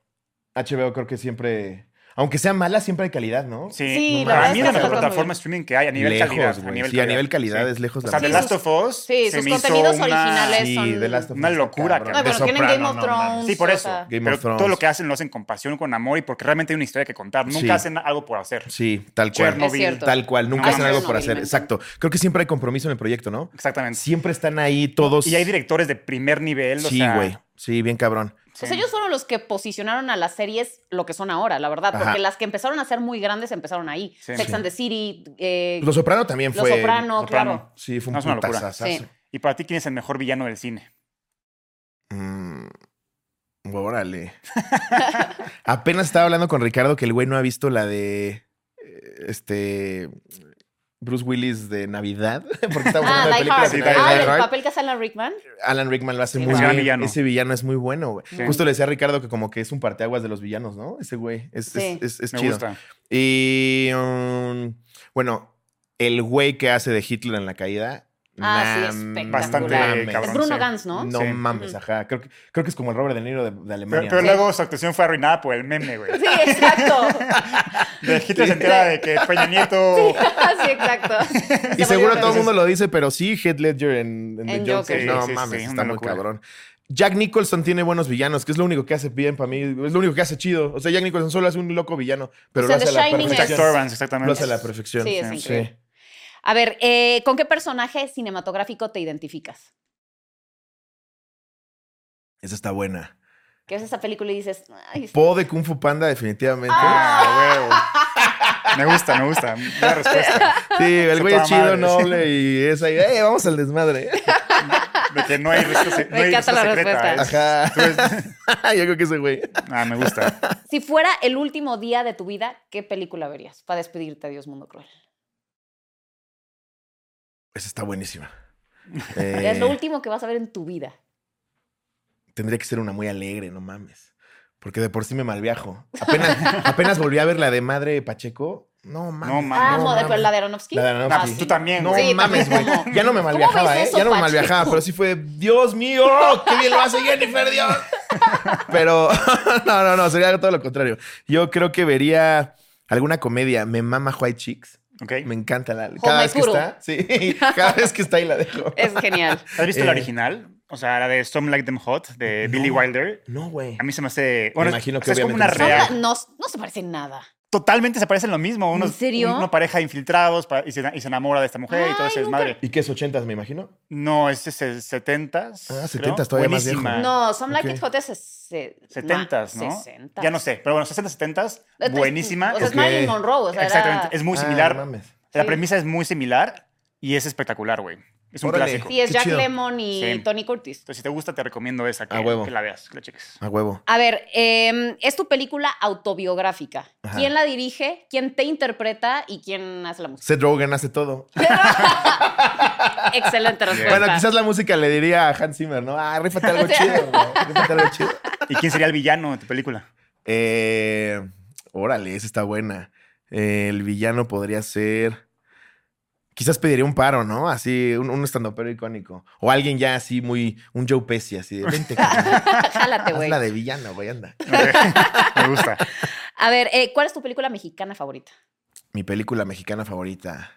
Speaker 3: HBO creo que siempre, aunque sea mala, siempre hay calidad, ¿no?
Speaker 4: Sí,
Speaker 2: Sí,
Speaker 3: la
Speaker 4: para
Speaker 3: verdad es que
Speaker 4: mí es la
Speaker 3: está
Speaker 4: mejor
Speaker 3: muy
Speaker 4: plataforma
Speaker 2: bien.
Speaker 4: streaming que hay a nivel
Speaker 3: Lejos,
Speaker 4: calidad.
Speaker 3: güey. Sí, a nivel calidad es lejos
Speaker 4: O
Speaker 3: la
Speaker 4: sea, The
Speaker 3: verdad.
Speaker 4: Last of Us.
Speaker 2: Sí,
Speaker 4: se
Speaker 2: sus
Speaker 4: me hizo
Speaker 2: contenidos
Speaker 4: una-
Speaker 2: originales.
Speaker 3: Sí,
Speaker 2: son-
Speaker 3: The Last of
Speaker 4: Una
Speaker 3: Us está
Speaker 4: locura,
Speaker 3: cabrón.
Speaker 4: cabrón.
Speaker 2: No,
Speaker 4: The
Speaker 2: bueno, Ah, tienen
Speaker 3: Soprano,
Speaker 2: Game of
Speaker 3: no
Speaker 2: Thrones.
Speaker 3: mames.
Speaker 4: Sí, por
Speaker 2: o
Speaker 4: eso.
Speaker 2: sea,
Speaker 3: Game
Speaker 4: Pero
Speaker 3: of Thrones.
Speaker 4: todo lo que hacen lo hacen con pasión, con amor y porque realmente hay una historia que contar. Nunca
Speaker 3: Sí.
Speaker 4: hacen algo por hacer.
Speaker 3: Sí, tal cual.
Speaker 2: Es cierto.
Speaker 3: Tal cual. Nunca
Speaker 4: No
Speaker 3: hacen algo
Speaker 4: mames.
Speaker 3: por hacer. Exacto. Creo que siempre hay compromiso en el proyecto, ¿no?
Speaker 4: Exactamente.
Speaker 3: Siempre están ahí todos.
Speaker 4: Y hay directores de primer nivel. o
Speaker 3: Sí,
Speaker 4: sea,
Speaker 3: güey. Sí, bien cabrón.
Speaker 4: sí.
Speaker 2: Pues ellos fueron los que posicionaron a las series lo que son ahora, la verdad,
Speaker 3: Ajá.
Speaker 2: porque las que empezaron a ser muy grandes empezaron ahí.
Speaker 4: Sí.
Speaker 2: Sex
Speaker 4: Sí.
Speaker 2: and the City, eh,
Speaker 3: Los Soprano también
Speaker 2: Los
Speaker 3: fue.
Speaker 2: Soprano,
Speaker 4: Soprano.
Speaker 2: claro.
Speaker 3: Sí, fue
Speaker 4: No, es
Speaker 3: un
Speaker 4: una locura.
Speaker 3: putazazazo.
Speaker 2: Sí.
Speaker 4: ¿Y para ti quién es el mejor villano del cine?
Speaker 3: Mm, órale. Apenas estaba hablando con Ricardo que el güey no ha visto la de. eh, Este. Bruce Willis de Navidad. Porque estábamos
Speaker 2: Ah,
Speaker 3: hablando de
Speaker 2: Die Hard.
Speaker 3: películas de
Speaker 4: sí, Die
Speaker 2: Ah,
Speaker 3: Navidad.
Speaker 2: el papel que hace Alan Rickman.
Speaker 3: Alan Rickman lo hace
Speaker 2: Sí,
Speaker 3: muy
Speaker 2: wow.
Speaker 3: bien.
Speaker 4: Gran villano.
Speaker 3: Ese villano es muy bueno, güey.
Speaker 4: Sí.
Speaker 3: Justo le decía a Ricardo que como que es un parteaguas de los villanos, ¿no? Ese güey. Es, es-
Speaker 2: Sí.
Speaker 3: es- es
Speaker 4: Me
Speaker 3: chido.
Speaker 4: gusta.
Speaker 3: Y um, bueno, el güey que hace de Hitler en la caída.
Speaker 2: Ah, sí,
Speaker 3: nah,
Speaker 2: espectacular.
Speaker 4: Bastante
Speaker 3: mames.
Speaker 4: cabrón,
Speaker 2: es Bruno
Speaker 4: sí.
Speaker 2: Gans, ¿no?
Speaker 3: No
Speaker 4: Sí.
Speaker 3: mames,
Speaker 2: Ujú.
Speaker 3: ajá. Creo que, creo que es como el Robert De Niro de, de
Speaker 4: Pero,
Speaker 3: Alemania.
Speaker 4: pero
Speaker 3: ¿no?
Speaker 4: luego su actuación fue arruinada por el meme, güey.
Speaker 2: Sí, exacto.
Speaker 4: De Hitler se entera de que Peña Nieto.
Speaker 2: sí, exacto.
Speaker 3: y seguro todo el
Speaker 2: todos
Speaker 3: mundo lo dice, pero sí, Heath Ledger en, en The
Speaker 2: En
Speaker 3: Joker.
Speaker 2: Joker.
Speaker 3: No
Speaker 4: Sí, sí,
Speaker 3: mames,
Speaker 4: sí,
Speaker 3: está
Speaker 4: una
Speaker 3: muy
Speaker 4: locura.
Speaker 3: cabrón. Jack Nicholson tiene buenos villanos, que es lo único que hace bien para mí. Es lo único que hace chido. O sea, Jack Nicholson solo hace un loco villano, pero
Speaker 2: O sea,
Speaker 3: lo hace
Speaker 2: The
Speaker 3: a la
Speaker 2: Shining
Speaker 4: Jack
Speaker 2: es-
Speaker 3: perfección.
Speaker 4: Torrance, exactamente.
Speaker 3: Lo hace a la perfección.
Speaker 2: Sí, es
Speaker 4: Sí.
Speaker 2: increíble. A ver, eh, ¿con qué personaje cinematográfico te identificas?
Speaker 3: Esa está buena.
Speaker 2: Que ves esa película y dices, ay,
Speaker 3: Po de Kung Fu Panda, definitivamente.
Speaker 4: Ah, huevo. Me gusta, me gusta. Buena respuesta.
Speaker 3: Sí, el
Speaker 4: Su
Speaker 3: güey es
Speaker 4: toda
Speaker 3: chido,
Speaker 4: madre, sí.
Speaker 3: noble y es ahí, "Eh, vamos al desmadre.
Speaker 4: De que no hay respuesta. se- No
Speaker 2: Me
Speaker 4: hay
Speaker 2: encanta la
Speaker 4: secreta,
Speaker 2: respuesta.
Speaker 4: es-
Speaker 3: Ajá.
Speaker 2: pues
Speaker 3: Yo creo que ese güey.
Speaker 4: Ah, me gusta.
Speaker 2: si fuera el último día de tu vida, ¿qué película verías para despedirte de Dios Mundo Cruel?
Speaker 3: Esa está buenísima.
Speaker 2: Es
Speaker 3: Eh,
Speaker 2: lo último que vas a ver en tu vida.
Speaker 3: tendría que ser una muy alegre, no mames. Porque de por sí me malviajo. Apenas, apenas volví a ver la de Madre Pacheco. No mames.
Speaker 4: No mames.
Speaker 2: Ah,
Speaker 3: no
Speaker 2: moda,
Speaker 3: mames.
Speaker 2: pero la de Aronofsky.
Speaker 3: La de Aronofsky.
Speaker 2: Ah, sí.
Speaker 4: Tú también,
Speaker 3: No
Speaker 4: güey.
Speaker 2: Sí,
Speaker 3: mames, güey.
Speaker 2: también, ¿cómo?
Speaker 3: Ya no me
Speaker 2: ¿Cómo
Speaker 3: malviajaba,
Speaker 2: ves
Speaker 3: ¿eh?
Speaker 2: eso,
Speaker 3: Ya no me
Speaker 2: Pacheco?
Speaker 3: malviajaba, pero sí fue, Dios mío, qué bien lo hace Jennifer, Dios. Pero, no, no, no, sería todo lo contrario. Yo creo que vería alguna comedia. Me mama White Chicks.
Speaker 4: Ok.
Speaker 3: Me encanta la. Cada vez que
Speaker 2: Kuro.
Speaker 3: está, sí, cada vez que está ahí la dejo.
Speaker 2: Es genial.
Speaker 4: ¿Has visto la
Speaker 3: Eh.
Speaker 4: original? O sea, la de Some Like Them Hot de
Speaker 3: No.
Speaker 4: Billy Wilder.
Speaker 3: No, güey.
Speaker 4: A mí se me hace. bueno,
Speaker 3: imagino
Speaker 4: o
Speaker 3: que
Speaker 4: sea, es como una
Speaker 3: obviamente
Speaker 2: No,
Speaker 3: Real.
Speaker 2: la-
Speaker 4: realidad.
Speaker 2: no, no se parece en nada.
Speaker 4: Totalmente se parecen lo mismo. Unos,
Speaker 2: serio?
Speaker 4: Una pareja de infiltrados pa- y, se, y se enamora de esta mujer y todo
Speaker 2: Ay,
Speaker 4: ese
Speaker 2: nunca-
Speaker 4: desmadre.
Speaker 3: ¿Y qué es 80 me imagino?
Speaker 4: No, es ese 70s.
Speaker 3: Ah,
Speaker 4: creo.
Speaker 3: 70s, todavía más viejo.
Speaker 4: Buenísima.
Speaker 2: No, Some Like
Speaker 3: ok.
Speaker 2: It Hot es eh, se-
Speaker 4: 70s,
Speaker 2: nah,
Speaker 4: Ah. ¿no?
Speaker 2: 60s.
Speaker 4: Ya no sé, pero bueno, 60s, 70s,
Speaker 2: Entonces,
Speaker 4: buenísima.
Speaker 2: O sea,
Speaker 3: Ok.
Speaker 2: es Marilyn Monroe. O sea, era-
Speaker 4: Exactamente, es muy similar.
Speaker 3: Ah, no mames.
Speaker 4: la
Speaker 2: Sí.
Speaker 4: premisa es muy similar y es espectacular, güey. Es un
Speaker 3: Órale.
Speaker 4: clásico.
Speaker 2: Sí, es
Speaker 3: Qué
Speaker 2: Jack
Speaker 3: chido.
Speaker 2: Lemon y
Speaker 4: Sí.
Speaker 2: Tony Curtis.
Speaker 4: Entonces, si te gusta, te recomiendo esa, que,
Speaker 3: A huevo.
Speaker 4: que la veas, que la cheques.
Speaker 3: A huevo.
Speaker 2: A ver, eh, es tu película autobiográfica.
Speaker 3: Ajá.
Speaker 2: ¿Quién la dirige? ¿Quién te interpreta? ¿Y quién hace la música?
Speaker 3: Seth Rogen hace todo.
Speaker 2: Excelente respuesta.
Speaker 3: Bueno, quizás la música le diría a Hans Zimmer, ¿no? Ah, rífate algo
Speaker 2: Sí.
Speaker 3: chido, güey. Rífate algo chido.
Speaker 4: ¿Y quién sería el villano de tu película?
Speaker 3: Eh, órale, esa está buena. Eh, el villano podría ser. Quizás pediría un paro, ¿no? Así, un, un estandopero icónico. O alguien ya así muy. Un Joe Pesci, así de. Vente, cabrón,
Speaker 2: Jálate,
Speaker 3: haz
Speaker 2: Este güey.
Speaker 3: la de villano, güey, anda.
Speaker 4: Ok, Me gusta.
Speaker 2: A ver, eh, ¿cuál es tu película mexicana favorita?
Speaker 3: Mi película mexicana favorita.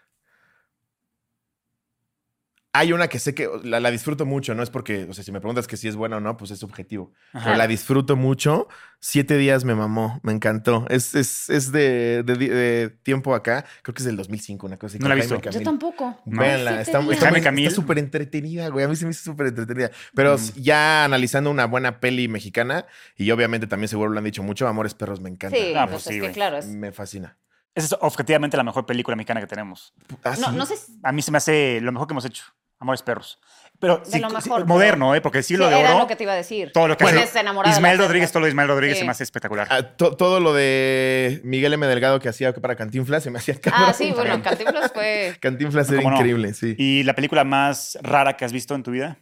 Speaker 3: Hay una que sé que la, la disfruto mucho, no es porque, o sea, si me preguntas que si es buena o no, pues es subjetivo.
Speaker 4: Ajá.
Speaker 3: Pero la disfruto mucho. Siete días me mamó, me encantó. Es, es, es de, de- de tiempo acá. Creo que es del 2005, una cosa así.
Speaker 4: No
Speaker 3: con
Speaker 4: la he
Speaker 3: Jaime
Speaker 4: visto.
Speaker 2: Yo
Speaker 3: Camil.
Speaker 2: tampoco.
Speaker 4: No.
Speaker 3: Véanla,
Speaker 2: Siete
Speaker 3: está
Speaker 2: días.
Speaker 3: está-
Speaker 4: Jaime
Speaker 3: está
Speaker 4: Camil.
Speaker 3: súper entretenida, güey. A mí se me hizo súper entretenida. Pero
Speaker 4: Mm.
Speaker 3: ya analizando una buena peli mexicana, y obviamente también seguro lo han dicho mucho, Amores Perros me encanta.
Speaker 2: Sí,
Speaker 4: Ah,
Speaker 2: pues,
Speaker 4: pues sí,
Speaker 2: es que
Speaker 4: güey.
Speaker 2: claro. es-
Speaker 3: Me fascina.
Speaker 4: Esa es objetivamente la mejor película mexicana que tenemos.
Speaker 3: Ah,
Speaker 2: No,
Speaker 3: sí.
Speaker 2: no sé si
Speaker 4: A mí se me hace lo mejor que hemos hecho. Amores perros. Pero
Speaker 2: De
Speaker 4: sí-
Speaker 2: lo
Speaker 4: sí,
Speaker 2: mejor,
Speaker 4: moderno, ¿eh? Porque el siglo
Speaker 2: Sí,
Speaker 4: de
Speaker 2: era
Speaker 4: oro,
Speaker 2: lo que te iba a decir.
Speaker 4: todo lo que
Speaker 2: Bueno,
Speaker 4: hace.
Speaker 2: Estás enamorado de
Speaker 4: Ismael
Speaker 2: la
Speaker 4: Rodríguez,
Speaker 2: gente.
Speaker 4: todo lo de Ismael Rodríguez
Speaker 2: Sí.
Speaker 4: se me hace espectacular.
Speaker 3: Ah, to- todo lo de Miguel M. Delgado que hacía para Cantinflas se me hacía cabrón.
Speaker 2: Ah, sí, bueno, Cantinflas fue.
Speaker 3: Cantinflas
Speaker 4: No,
Speaker 3: era
Speaker 4: cómo no.
Speaker 3: increíble, sí.
Speaker 4: ¿Y la película más rara que has visto en tu vida?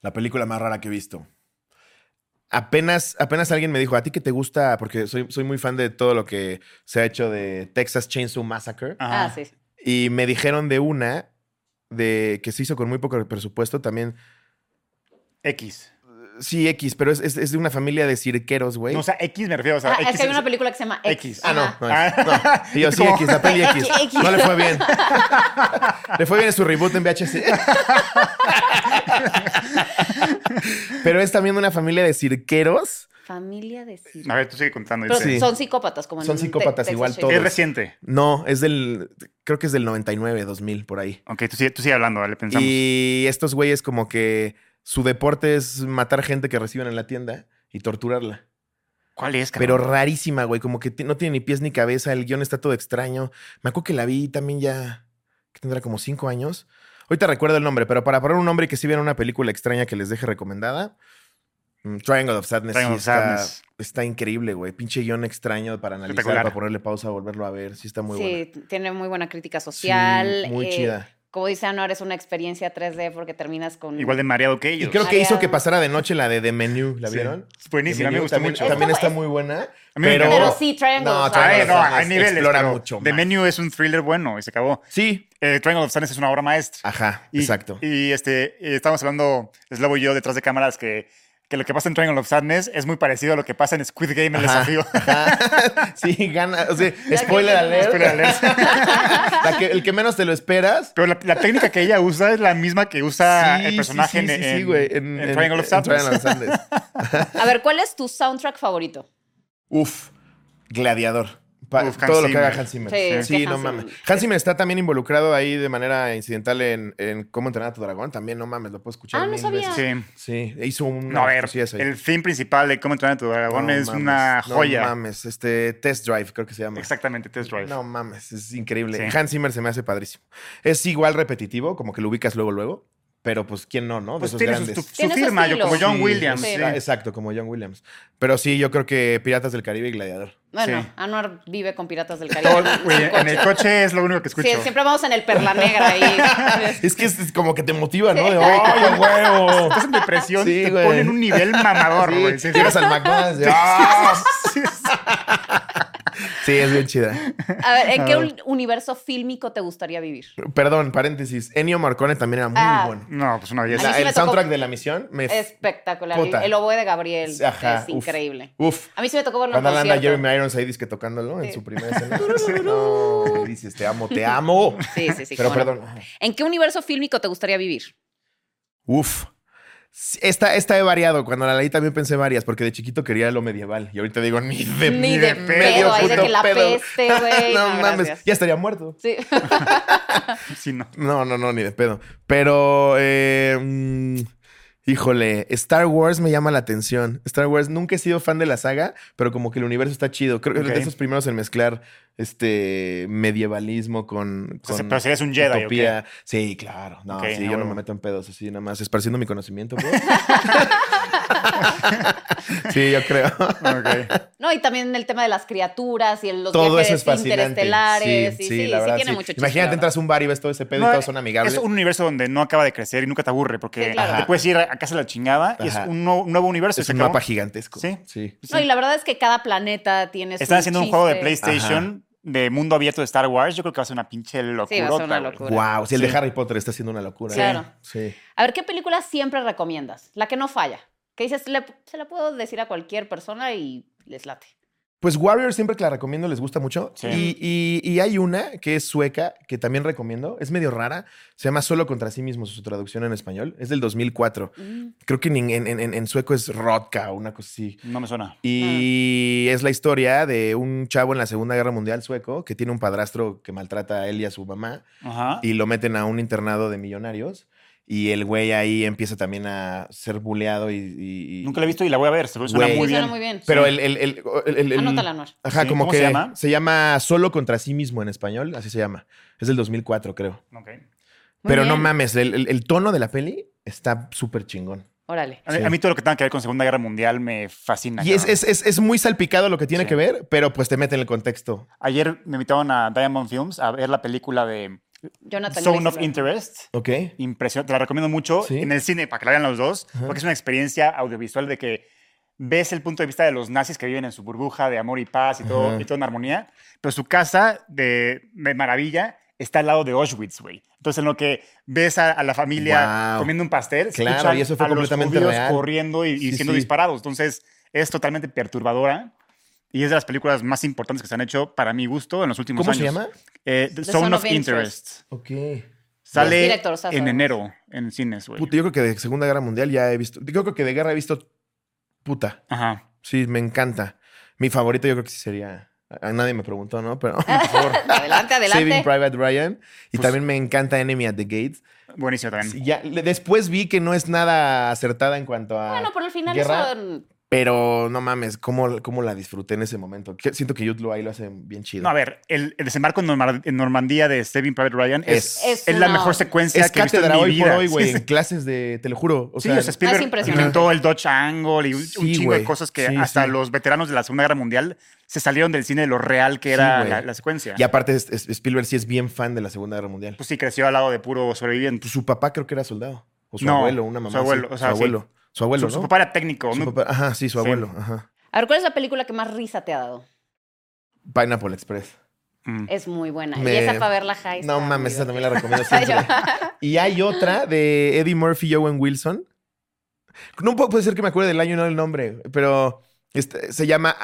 Speaker 3: La película más rara que he visto. Apenas, apenas alguien me dijo, ¿a ti que te gusta? Porque soy, soy muy fan de todo lo que se ha hecho de Texas Chainsaw Massacre.
Speaker 2: Ah, sí.
Speaker 3: Y me dijeron de una de que se hizo con muy poco presupuesto también.
Speaker 4: X.
Speaker 3: Sí, X, pero es, es- es de una familia de cirqueros, güey.
Speaker 4: No, o sea, X me refiero. O sea,
Speaker 2: Ah,
Speaker 4: X
Speaker 2: es que hay una película que se llama X.
Speaker 4: X.
Speaker 3: ah, no,
Speaker 2: Ajá.
Speaker 3: no es. Y yo, sí,
Speaker 4: ¿Cómo?
Speaker 3: X, la peli X.
Speaker 2: X.
Speaker 3: No le fue bien. le fue bien en su reboot en VHS. pero es también una familia de cirqueros.
Speaker 2: Familia de circo.
Speaker 4: A ver, tú sigue contando.
Speaker 2: Pero
Speaker 4: dice.
Speaker 3: Sí.
Speaker 2: son psicópatas, como en
Speaker 3: Son
Speaker 2: Te-
Speaker 3: psicópatas
Speaker 2: Texas
Speaker 3: igual
Speaker 2: Chainsaw.
Speaker 3: todos.
Speaker 4: Es reciente.
Speaker 3: No, es del. Creo que es del 99, 2000, por ahí.
Speaker 4: Ok, tú sigue, tú sigue hablando, le pensamos.
Speaker 3: Y estos güeyes, como que su deporte es matar gente que reciben en la tienda y torturarla.
Speaker 4: ¿Cuál es,
Speaker 3: Pero
Speaker 4: cabrón?
Speaker 3: rarísima, güey. Como que ti- no tiene ni pies ni cabeza. El guión está todo extraño. Me acuerdo que la vi también ya. que tendrá como cinco años. Ahorita recuerdo el nombre, pero para poner un nombre y que sí vean una película extraña que les deje recomendada. mm, Triangle of Sadness.
Speaker 4: Triangle
Speaker 3: sí
Speaker 4: of
Speaker 3: está,
Speaker 4: Sadness.
Speaker 3: está increíble, güey. Pinche guión extraño para analizar,
Speaker 4: Espectacular.
Speaker 3: para ponerle pausa, volverlo a ver. Sí está muy
Speaker 2: sí,
Speaker 3: buena.
Speaker 2: tiene muy buena crítica
Speaker 3: Sí,
Speaker 2: social.
Speaker 3: muy
Speaker 2: eh,
Speaker 3: chida.
Speaker 2: Como dice Anor, es una experiencia 3D porque terminas con.
Speaker 4: Igual de mareado que ellos.
Speaker 3: Y creo que hizo
Speaker 2: Mariana.
Speaker 3: que pasara de noche la de The Menu. ¿La
Speaker 4: Sí.
Speaker 3: vieron?
Speaker 4: Es buenísima, a mí
Speaker 3: The
Speaker 4: me
Speaker 3: Menu
Speaker 4: gustó
Speaker 3: también,
Speaker 4: mucho.
Speaker 3: También
Speaker 2: Es
Speaker 3: está
Speaker 2: como-
Speaker 3: muy buena.
Speaker 4: A mí me
Speaker 3: Pero,
Speaker 4: encanta.
Speaker 2: Pero sí, Triangle
Speaker 3: No,
Speaker 2: of
Speaker 4: Ah,
Speaker 3: Triangle
Speaker 2: Sadness.
Speaker 3: of
Speaker 4: no, hay
Speaker 3: Sadness
Speaker 4: niveles.
Speaker 3: explora
Speaker 4: pero
Speaker 3: mucho
Speaker 4: The
Speaker 3: más.
Speaker 4: Menu es un thriller bueno y se acabó.
Speaker 3: Sí.
Speaker 4: Eh, Triangle of Sadness es una obra maestra.
Speaker 3: Ajá,
Speaker 4: Y-
Speaker 3: Ah, exacto.
Speaker 4: Y este, eh, estábamos hablando, Slobo y yo, detrás de cámaras, que, que lo que pasa en Triangle of Sadness es muy parecido a lo que pasa en Squid Game, el
Speaker 3: Ajá,
Speaker 4: desafío.
Speaker 3: ajá. Sí, gana. O sea, spoiler alert.
Speaker 4: Spoiler alert.
Speaker 3: La que- el que menos te lo esperas.
Speaker 4: Pero la, la técnica que ella usa es la misma que usa
Speaker 3: Sí,
Speaker 4: el
Speaker 3: sí,
Speaker 4: personaje
Speaker 3: sí, sí,
Speaker 4: en,
Speaker 3: sí,
Speaker 4: en-
Speaker 3: güey,
Speaker 4: en Triangle of
Speaker 3: en
Speaker 4: Sadness.
Speaker 3: Triangle of Sadness.
Speaker 2: A ver, ¿cuál es tu soundtrack favorito?
Speaker 3: Uf, gladiador. Pa-
Speaker 4: Uf, Hans
Speaker 3: todo lo que
Speaker 4: Zimmer.
Speaker 3: haga Hans Zimmer.
Speaker 2: Sí, es que
Speaker 3: no
Speaker 2: Hans Zimmer-
Speaker 3: mames. Hans Zimmer está también involucrado ahí de manera incidental en, en Cómo entrenar a tu dragón. También, no mames, lo puedo escuchar.
Speaker 2: Ah, no
Speaker 3: mil
Speaker 2: sabía.
Speaker 3: veces.
Speaker 4: Sí.
Speaker 3: Sí, hizo un.
Speaker 4: No, a ver, el fin principal de cómo entrenar a tu dragón es una
Speaker 3: No
Speaker 4: joya.
Speaker 3: mames, este Test Drive, creo que se llama.
Speaker 4: Exactamente, Test Drive.
Speaker 3: No mames, es increíble.
Speaker 4: Sí.
Speaker 3: Hans Zimmer se me hace padrísimo. Es igual repetitivo, como que lo ubicas luego, luego, pero pues quién no, ¿no? De
Speaker 4: pues
Speaker 3: esos
Speaker 4: tiene su,
Speaker 3: grandes.
Speaker 4: su- su
Speaker 2: Tiene su
Speaker 4: firma, yo
Speaker 2: estilo.
Speaker 4: como John
Speaker 3: Sí,
Speaker 4: Williams.
Speaker 3: sí,
Speaker 4: sí.
Speaker 3: Exacto, como John Williams. Pero sí, yo creo que Piratas del Caribe y Gladiador.
Speaker 2: Bueno,
Speaker 4: Sí.
Speaker 2: Anwar vive con Piratas del Caribe.
Speaker 4: Todo-
Speaker 2: en su
Speaker 4: güey, en el
Speaker 2: coche.
Speaker 4: coche es lo único que escucho.
Speaker 2: Sí, siempre vamos en el Perla Negra ahí.
Speaker 3: Es que es, es como que te motiva, ¿no? De, ¡ay, a huevo!
Speaker 4: Estás en depresión,
Speaker 3: Sí,
Speaker 4: te
Speaker 3: güey.
Speaker 4: ponen un nivel mamador, güey.
Speaker 3: Sí,
Speaker 4: Sí, sí.
Speaker 3: llegas al McDonald's. de, ¡ah! Sí, es bien chida.
Speaker 2: A ver, ¿en qué un- universo fílmico te gustaría vivir?
Speaker 3: Perdón, paréntesis. Ennio Marcone también era muy
Speaker 2: Ah,
Speaker 3: bueno.
Speaker 4: No, pues una belleza.
Speaker 2: mí
Speaker 3: La-
Speaker 2: sí me
Speaker 3: el
Speaker 2: tocó-
Speaker 3: soundtrack de la misión me.
Speaker 2: Espectacular.
Speaker 3: Puta.
Speaker 2: El, el oboe de Gabriel
Speaker 3: Ajá,
Speaker 2: es
Speaker 3: uf.
Speaker 2: increíble.
Speaker 3: Uf.
Speaker 2: A mí se me tocó verlo en
Speaker 3: Cuando anda
Speaker 2: concierto.
Speaker 3: Jeremy Irons ahí disque tocándolo en
Speaker 2: Sí.
Speaker 3: su primera escena. no, güey, dices, te amo, te amo.
Speaker 2: Sí, sí, sí.
Speaker 3: Pero
Speaker 2: cómo no.
Speaker 3: perdón.
Speaker 2: ¿En qué universo fílmico te gustaría vivir?
Speaker 3: Uf. Sí, Esta, esta he variado. Cuando la leí también pensé varias, porque de chiquito quería lo medieval. Y ahorita digo, ni de,
Speaker 2: Ni de
Speaker 3: medio
Speaker 2: pedo, ahí de
Speaker 3: puto
Speaker 2: que la
Speaker 3: pedo.
Speaker 2: peste, güey.
Speaker 3: no,
Speaker 2: No,
Speaker 3: mames,
Speaker 2: gracias.
Speaker 3: ya estaría muerto.
Speaker 2: Sí.
Speaker 4: Sí, no.
Speaker 3: No, no, no, ni de pedo. Pero, eh, mm, híjole, Star Wars me llama la atención. Star Wars, nunca he sido fan de la saga, pero como que el universo está chido. Creo que
Speaker 4: Ok.
Speaker 3: de esos primeros en mezclar este medievalismo con.
Speaker 4: O sea,
Speaker 3: con
Speaker 4: pero serías un Jedi, ¿o qué?
Speaker 3: utopía. Sí, claro. No,
Speaker 4: Ok,
Speaker 3: sí,
Speaker 4: ah,
Speaker 3: yo no
Speaker 4: bueno.
Speaker 3: me meto en pedos así, nada más esparciendo mi conocimiento. bro. sí, yo creo.
Speaker 4: Ok.
Speaker 2: No, y también el tema de las criaturas y el- los
Speaker 3: Todo eso
Speaker 2: viajes
Speaker 3: es fascinante.
Speaker 2: interestelares. Sí, sí, sí,
Speaker 3: la verdad,
Speaker 2: tiene
Speaker 3: sí.
Speaker 2: mucho chiste. la
Speaker 3: Imagínate,
Speaker 2: verdad.
Speaker 3: entras a un bar y ves todo ese pedo
Speaker 4: No,
Speaker 3: y todos son amigables.
Speaker 4: Es un universo donde no acaba de crecer y nunca te aburre, porque
Speaker 2: Sí, claro.
Speaker 4: te puedes ir a casa de la chingada y es
Speaker 3: Ajá.
Speaker 4: un nuevo, un nuevo universo. y
Speaker 3: Es
Speaker 4: se
Speaker 3: un
Speaker 4: acabó.
Speaker 3: mapa gigantesco.
Speaker 4: Sí.
Speaker 3: Sí.
Speaker 2: No, y la verdad es que cada planeta tiene su
Speaker 4: Están haciendo un juego de
Speaker 2: chiste.
Speaker 4: PlayStation de mundo abierto de Star Wars. Yo creo que va a ser una pinche locura.
Speaker 2: Sí, va a ser una locura.
Speaker 3: Wow, si el
Speaker 4: Sí.
Speaker 3: de Harry Potter está haciendo una locura.
Speaker 2: Claro.
Speaker 3: Sí.
Speaker 2: A ver, ¿qué película siempre recomiendas? La que no falla. Que dices, le- se la puedo decir a cualquier persona y les late.
Speaker 3: Pues Warrior siempre que la recomiendo les gusta mucho.
Speaker 4: Sí.
Speaker 3: Y, y- y hay una que es sueca que también recomiendo. Es medio rara. Se llama Solo contra sí mismo su traducción en español. Es del 2004.
Speaker 2: Mm,
Speaker 3: Creo que en, en- en- en sueco es Rodka o una cosa así.
Speaker 4: No me suena.
Speaker 3: Y es la historia de un chavo en la Segunda Guerra Mundial sueco que tiene un padrastro que maltrata a él y a su mamá
Speaker 4: Ajá.
Speaker 3: y lo meten a un internado de millonarios. Y el güey ahí empieza también a ser buleado y. y- y-
Speaker 4: Nunca la he visto y la voy a ver. Se suena
Speaker 3: Güey.
Speaker 4: muy
Speaker 2: Sí, suena
Speaker 4: bien.
Speaker 2: muy bien.
Speaker 3: Eh, Pero
Speaker 2: Sí.
Speaker 3: el. el, el, el- el- el-
Speaker 2: Anótala, Anuar.
Speaker 3: Ajá,
Speaker 4: Sí,
Speaker 3: como
Speaker 4: ¿cómo
Speaker 3: que
Speaker 4: se llama?
Speaker 3: se llama Solo contra sí mismo en español, así se llama. Es del 2004, creo.
Speaker 4: Ok.
Speaker 2: Muy
Speaker 3: Pero no
Speaker 2: bien.
Speaker 3: mames, el, el- el tono de la peli está súper chingón.
Speaker 2: Órale.
Speaker 4: A, mí-
Speaker 3: Sí.
Speaker 4: a mí todo lo que tenga que ver con Segunda Guerra Mundial me fascina.
Speaker 3: Y es,
Speaker 4: cabrón.
Speaker 3: es, es- es muy salpicado lo que tiene
Speaker 4: Sí.
Speaker 3: que ver, pero pues te mete en el contexto.
Speaker 4: Ayer me invitaron a Diamond Films a ver la película de
Speaker 2: Jonathan.
Speaker 4: Zone of
Speaker 2: Iglesias.
Speaker 4: Interest.
Speaker 3: ¿Ok?
Speaker 4: Impresionante. Te la recomiendo mucho
Speaker 3: Sí.
Speaker 4: en el cine para que la vean los dos, porque es una experiencia audiovisual de que ves el punto de vista de los nazis que viven en su burbuja de amor y paz y todo,
Speaker 3: Ajá.
Speaker 4: y todo en armonía, pero su casa de, de maravilla está al lado de Auschwitz, güey. Entonces, en lo que ves a, a la familia
Speaker 3: Wow.
Speaker 4: comiendo un pastel, se
Speaker 3: Claro,
Speaker 4: escuchan
Speaker 3: y eso fue
Speaker 4: a los
Speaker 3: completamente
Speaker 4: judíos
Speaker 3: real.
Speaker 4: corriendo y, y
Speaker 3: Sí,
Speaker 4: siendo
Speaker 3: sí.
Speaker 4: disparados. Entonces, es totalmente perturbadora y es de las películas más importantes que se han hecho, para mi gusto, en los últimos
Speaker 3: ¿Cómo
Speaker 4: años.
Speaker 3: se llama?
Speaker 4: Eh, The Zone, of, Interest.
Speaker 3: Ok.
Speaker 4: Sale
Speaker 2: director, Safa,
Speaker 4: en
Speaker 2: además.
Speaker 4: enero en cines, güey.
Speaker 3: Puta, yo creo que de Segunda Guerra Mundial ya he visto. Yo creo que de guerra he visto. Puta.
Speaker 4: Ajá.
Speaker 3: Sí, me encanta. Mi favorito yo creo que sí sería. A a nadie me preguntó, ¿no? Pero. por favor.
Speaker 2: Adelante,
Speaker 3: Saving
Speaker 2: adelante.
Speaker 3: Private Ryan. Y
Speaker 4: Pues-
Speaker 3: también me encanta Enemy at the Gates.
Speaker 4: Buenísimo también.
Speaker 3: Sí, ya, le- después vi que no es nada acertada en cuanto a.
Speaker 4: pues
Speaker 2: Bueno, por el final
Speaker 3: Guerra.
Speaker 2: eso. mm,
Speaker 3: Pero no mames, ¿cómo, cómo la disfruté en ese momento. Que- Siento que Jude Law ahí lo hace bien chido.
Speaker 4: No, a ver, el, el desembarco en, Normar- en Normandía de Saving Private Ryan es,
Speaker 3: Es-
Speaker 4: es la
Speaker 2: una-
Speaker 4: mejor secuencia
Speaker 3: es
Speaker 4: que he visto en
Speaker 3: cátedra
Speaker 4: mi
Speaker 3: hoy por
Speaker 4: vida.
Speaker 3: hoy, güey,
Speaker 4: Sí,
Speaker 3: en clases de, te lo juro. O
Speaker 4: sí,
Speaker 3: sea,
Speaker 4: o sea, Spielberg
Speaker 2: Ah, Es impresionante.
Speaker 4: inventó el Dodge Angle y un, un
Speaker 3: Sí,
Speaker 4: chingo
Speaker 3: güey.
Speaker 4: de cosas que
Speaker 3: Sí,
Speaker 4: hasta
Speaker 3: sí.
Speaker 4: los veteranos de la Segunda Guerra Mundial se salieron del cine de lo real que era
Speaker 3: güey.
Speaker 4: la, la secuencia.
Speaker 3: y aparte, es- es- Spielberg sí es bien fan de la Segunda Guerra Mundial.
Speaker 4: Pues sí, creció al lado de puro sobreviviente.
Speaker 3: Pues su papá creo que era soldado. O su
Speaker 4: No,
Speaker 3: abuelo, una
Speaker 4: su
Speaker 3: mamá.
Speaker 4: abuelo,
Speaker 3: así.
Speaker 4: o sea,
Speaker 3: su abuelo. Su abuelo,
Speaker 4: Su,
Speaker 3: ¿no?
Speaker 4: su papá era técnico.
Speaker 3: Su
Speaker 4: ¿no?
Speaker 3: papá- Ajá, sí, su
Speaker 4: Sí.
Speaker 3: abuelo. Ajá.
Speaker 2: A ver, ¿cuál es la película que más risa te ha dado?
Speaker 3: Pineapple Express.
Speaker 4: Mm.
Speaker 2: Es muy buena.
Speaker 3: Me-
Speaker 2: Y esa para verla, Jai.
Speaker 3: No mames, esa también la recomiendo siempre.
Speaker 2: recomiendo.
Speaker 3: Y hay otra de Eddie Murphy y Owen Wilson. No pu- puede ser que me acuerde del año y no el nombre, pero este, se llama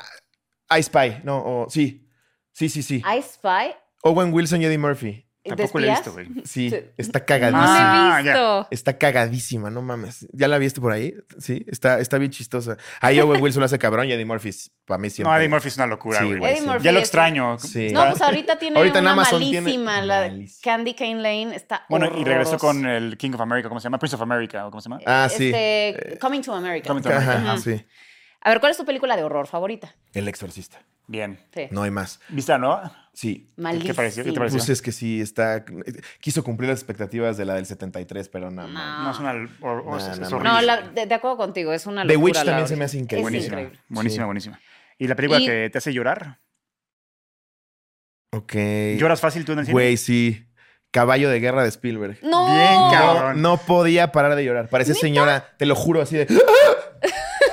Speaker 3: I Spy. No, o- sí. Sí, sí, sí.
Speaker 2: I Spy.
Speaker 3: Owen Wilson y Eddie Murphy.
Speaker 2: ¿de
Speaker 4: Tampoco la he
Speaker 2: espías?
Speaker 4: visto, güey.
Speaker 3: Sí,
Speaker 2: Sí.
Speaker 3: está
Speaker 2: No
Speaker 3: cagadísima.
Speaker 2: la
Speaker 4: Ah,
Speaker 2: he visto.
Speaker 3: Está cagadísima, no mames. ¿Ya la viste por ahí? Sí, está, está bien chistosa. Ahí Owen Wilson lo hace cabrón y Eddie Murphy, para mí siempre.
Speaker 4: No, Eddie Murphy es una locura,
Speaker 3: Sí,
Speaker 4: güey.
Speaker 3: güey,
Speaker 2: Eddie sí. Murphy
Speaker 4: ya lo
Speaker 2: es-
Speaker 4: extraño.
Speaker 3: Sí.
Speaker 2: No, pues ahorita tiene
Speaker 3: Ahorita en
Speaker 2: una
Speaker 3: Amazon tiene-
Speaker 2: malísima. La
Speaker 3: Malísima.
Speaker 2: Candy Cane Lane está
Speaker 4: Bueno, y regresó
Speaker 2: horrorosa.
Speaker 4: con el King of America, ¿cómo se llama? Prince of America, ¿o ¿cómo se llama?
Speaker 3: Ah, sí.
Speaker 2: Este, Coming to America.
Speaker 4: Coming to
Speaker 3: Ajá,
Speaker 4: America. Ajá.
Speaker 3: sí.
Speaker 2: A ver, ¿cuál es tu película de horror favorita?
Speaker 3: El exorcista.
Speaker 4: Bien.
Speaker 2: Sí.
Speaker 3: No hay más.
Speaker 4: ¿Viste la nueva?
Speaker 3: Sí.
Speaker 2: Malísima.
Speaker 4: ¿Qué pareció? ¿Qué te pareció?
Speaker 3: Pues es que sí, está. Quiso cumplir las expectativas de la del 73, pero no. mames.
Speaker 4: No, es una. o- o-
Speaker 3: No,
Speaker 4: es- es
Speaker 3: no, no.
Speaker 4: horrible.
Speaker 2: No, la- de, de acuerdo contigo, es una
Speaker 3: The
Speaker 2: locura.
Speaker 3: Witch
Speaker 2: la
Speaker 3: también se
Speaker 2: original.
Speaker 3: me hace increíble.
Speaker 2: Es
Speaker 4: buenísima,
Speaker 2: increíble.
Speaker 4: buenísima,
Speaker 3: Sí.
Speaker 4: buenísima. ¿Y la película
Speaker 2: Y-
Speaker 4: que te hace llorar?
Speaker 3: Ok.
Speaker 4: ¿Lloras fácil tú en el cine?
Speaker 3: Eh, Güey, sí. Caballo de guerra de Spielberg.
Speaker 2: No.
Speaker 4: Bien, cabrón.
Speaker 3: No, no podía parar de llorar. Parecía señora, te lo juro, así de. ¡Ah!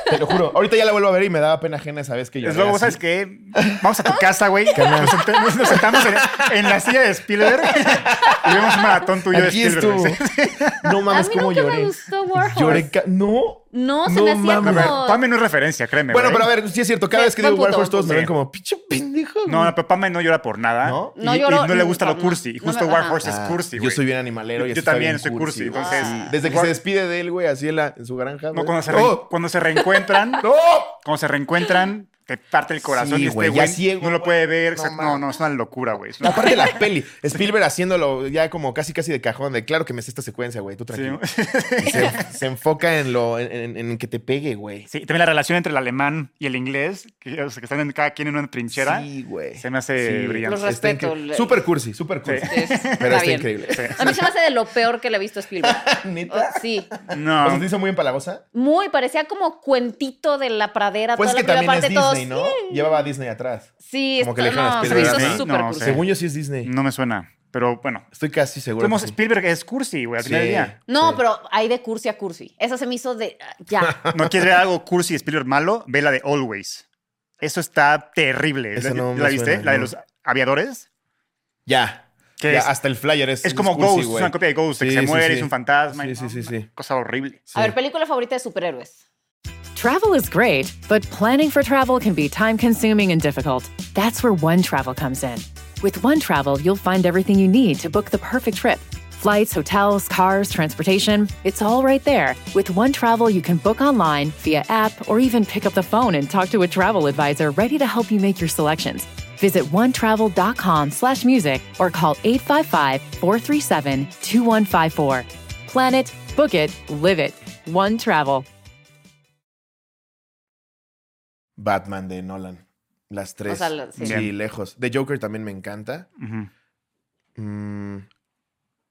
Speaker 3: Te lo juro. Ahorita ya la vuelvo a ver y me daba pena ajena esa vez que lloré.
Speaker 4: Es Pues luego,
Speaker 3: así.
Speaker 4: ¿sabes qué? Vamos a tu casa, güey.
Speaker 3: Canal.
Speaker 4: Nos, sent- nos- nos sentamos en, en la silla de Spielberg y vemos un maratón tuyo
Speaker 3: Aquí
Speaker 4: de Spielberg.
Speaker 3: estuvo.
Speaker 4: güey.
Speaker 3: No
Speaker 2: A
Speaker 3: mames,
Speaker 2: mí
Speaker 3: cómo
Speaker 2: nunca me
Speaker 3: lloré.
Speaker 2: gustó Warhorse.
Speaker 3: Lloré. ca- No.
Speaker 2: No, se
Speaker 3: No
Speaker 2: me hacía
Speaker 4: A
Speaker 3: mames.
Speaker 4: ver,
Speaker 2: como...
Speaker 4: Pame no es referencia, créeme.
Speaker 3: Bueno,
Speaker 4: güey.
Speaker 3: pero a ver, sí es cierto. Cada
Speaker 2: Sí,
Speaker 3: vez que
Speaker 2: buen
Speaker 3: digo
Speaker 2: punto,
Speaker 3: Warhorse, todos me
Speaker 4: buen
Speaker 3: ven
Speaker 4: punto.
Speaker 3: como, pinche pendejo.
Speaker 4: No, pero Pame no llora por nada.
Speaker 3: ¿No?
Speaker 4: Y,
Speaker 2: No
Speaker 4: y
Speaker 2: lloro
Speaker 4: no le
Speaker 2: nunca,
Speaker 4: gusta lo
Speaker 2: no.
Speaker 4: cursi. Y
Speaker 2: No me-
Speaker 4: justo
Speaker 2: ajá.
Speaker 4: Warhorse es
Speaker 3: Ah,
Speaker 4: cursi, güey.
Speaker 3: Yo soy bien animalero. y
Speaker 4: Yo-
Speaker 3: eso
Speaker 4: yo
Speaker 3: está
Speaker 4: también
Speaker 3: bien
Speaker 4: soy cursi, entonces-
Speaker 3: Sí. Desde que
Speaker 4: War-
Speaker 3: se despide de él, güey, así en, la- en su granja.
Speaker 4: No,
Speaker 3: güey.
Speaker 4: cuando, se re-
Speaker 3: ¡Oh!
Speaker 4: cuando se reencuentran,
Speaker 3: ¡No!
Speaker 4: cuando se reencuentran, te parte el corazón
Speaker 3: Sí,
Speaker 4: y este
Speaker 3: güey, ya
Speaker 4: güey
Speaker 3: ciego,
Speaker 4: no lo
Speaker 3: güey.
Speaker 4: puede ver.
Speaker 3: No,
Speaker 4: exacto. No, no,
Speaker 3: mames.
Speaker 4: es una locura, güey. Es una-
Speaker 3: Aparte de la peli, Spielberg haciéndolo ya como casi casi de cajón, de claro que me sé esta secuencia, güey, tú tranquilo.
Speaker 4: Sí.
Speaker 3: Y se, se enfoca en lo en, en- en que te pegue, güey.
Speaker 4: Sí, también la relación entre el alemán y el inglés, que, o sea, que están en- cada quien en una trinchera.
Speaker 3: Sí, güey.
Speaker 4: se me hace brillante.
Speaker 2: Los
Speaker 3: Está
Speaker 2: respeto,
Speaker 3: increíble.
Speaker 2: le-
Speaker 3: Súper cursi, súper cursi.
Speaker 2: Sí, está
Speaker 3: Pero está
Speaker 2: bien.
Speaker 3: increíble.
Speaker 2: A mí se me hace de lo peor que le he visto a Spielberg.
Speaker 3: ¿Neta?
Speaker 2: Sí.
Speaker 3: O sea,
Speaker 4: No.
Speaker 3: ¿Te hizo muy empalagosa?
Speaker 2: Muy, parecía como cuentito de la pradera.
Speaker 3: Pues es
Speaker 2: toda
Speaker 3: que
Speaker 2: la
Speaker 3: también
Speaker 2: primera
Speaker 3: es
Speaker 2: parte, todos,
Speaker 3: Disney, ¿no? Llevaba a Disney atrás.
Speaker 2: Sí,
Speaker 3: Como que le
Speaker 2: esto,
Speaker 3: dijeron a
Speaker 2: no, se me
Speaker 3: Spielberg,
Speaker 2: hizo
Speaker 3: ¿no?
Speaker 2: súper
Speaker 4: No,
Speaker 2: cursi.
Speaker 4: sí.
Speaker 3: Según yo sí es Disney.
Speaker 4: No me suena, pero bueno.
Speaker 3: Estoy casi seguro.
Speaker 4: Como
Speaker 3: que sí.
Speaker 4: Spielberg es cursi, güey, al final del día.
Speaker 2: No,
Speaker 3: sí.
Speaker 2: pero hay de cursi a cursi. Esa se me hizo de... ah, Ya.
Speaker 4: ¿No quieres ver algo cursi de Spielberg malo? Ve la de Always. Eso está terrible.
Speaker 3: Esa
Speaker 4: ¿La,
Speaker 3: no me
Speaker 4: la viste?
Speaker 3: suena,
Speaker 4: la de
Speaker 3: no.
Speaker 4: los aviadores.
Speaker 3: Ya.
Speaker 4: ¿Qué
Speaker 3: Ya,
Speaker 4: es?
Speaker 3: Hasta el flyer es
Speaker 4: Es como
Speaker 3: cursi,
Speaker 4: Ghost,
Speaker 3: güey.
Speaker 4: es una copia de Ghost,
Speaker 3: Sí,
Speaker 4: que se
Speaker 3: sí,
Speaker 4: muere,
Speaker 3: sí.
Speaker 4: es un fantasma. y-
Speaker 3: Sí, sí, sí, sí.
Speaker 4: Cosa horrible.
Speaker 3: Sí.
Speaker 2: A ver, película favorita de superhéroes.
Speaker 1: Travel is great, but planning for travel can be time consuming and difficult. That's where One Travel comes in. With One Travel, you'll find everything you need to book the perfect trip flights, hotels, cars, transportation. It's all right there. With One Travel, you can book online, via app, or even pick up the phone and talk to a travel advisor ready to help you make your selections. Visit onetravel.com slash music or call 855-437-2154. Plan it, book it, live it. One Travel.
Speaker 3: Batman de Nolan. Las tres.
Speaker 2: sea, la- sí.
Speaker 3: sí.
Speaker 4: Bien.
Speaker 3: lejos. De Joker también me encanta.
Speaker 4: Ujú.
Speaker 3: Mm,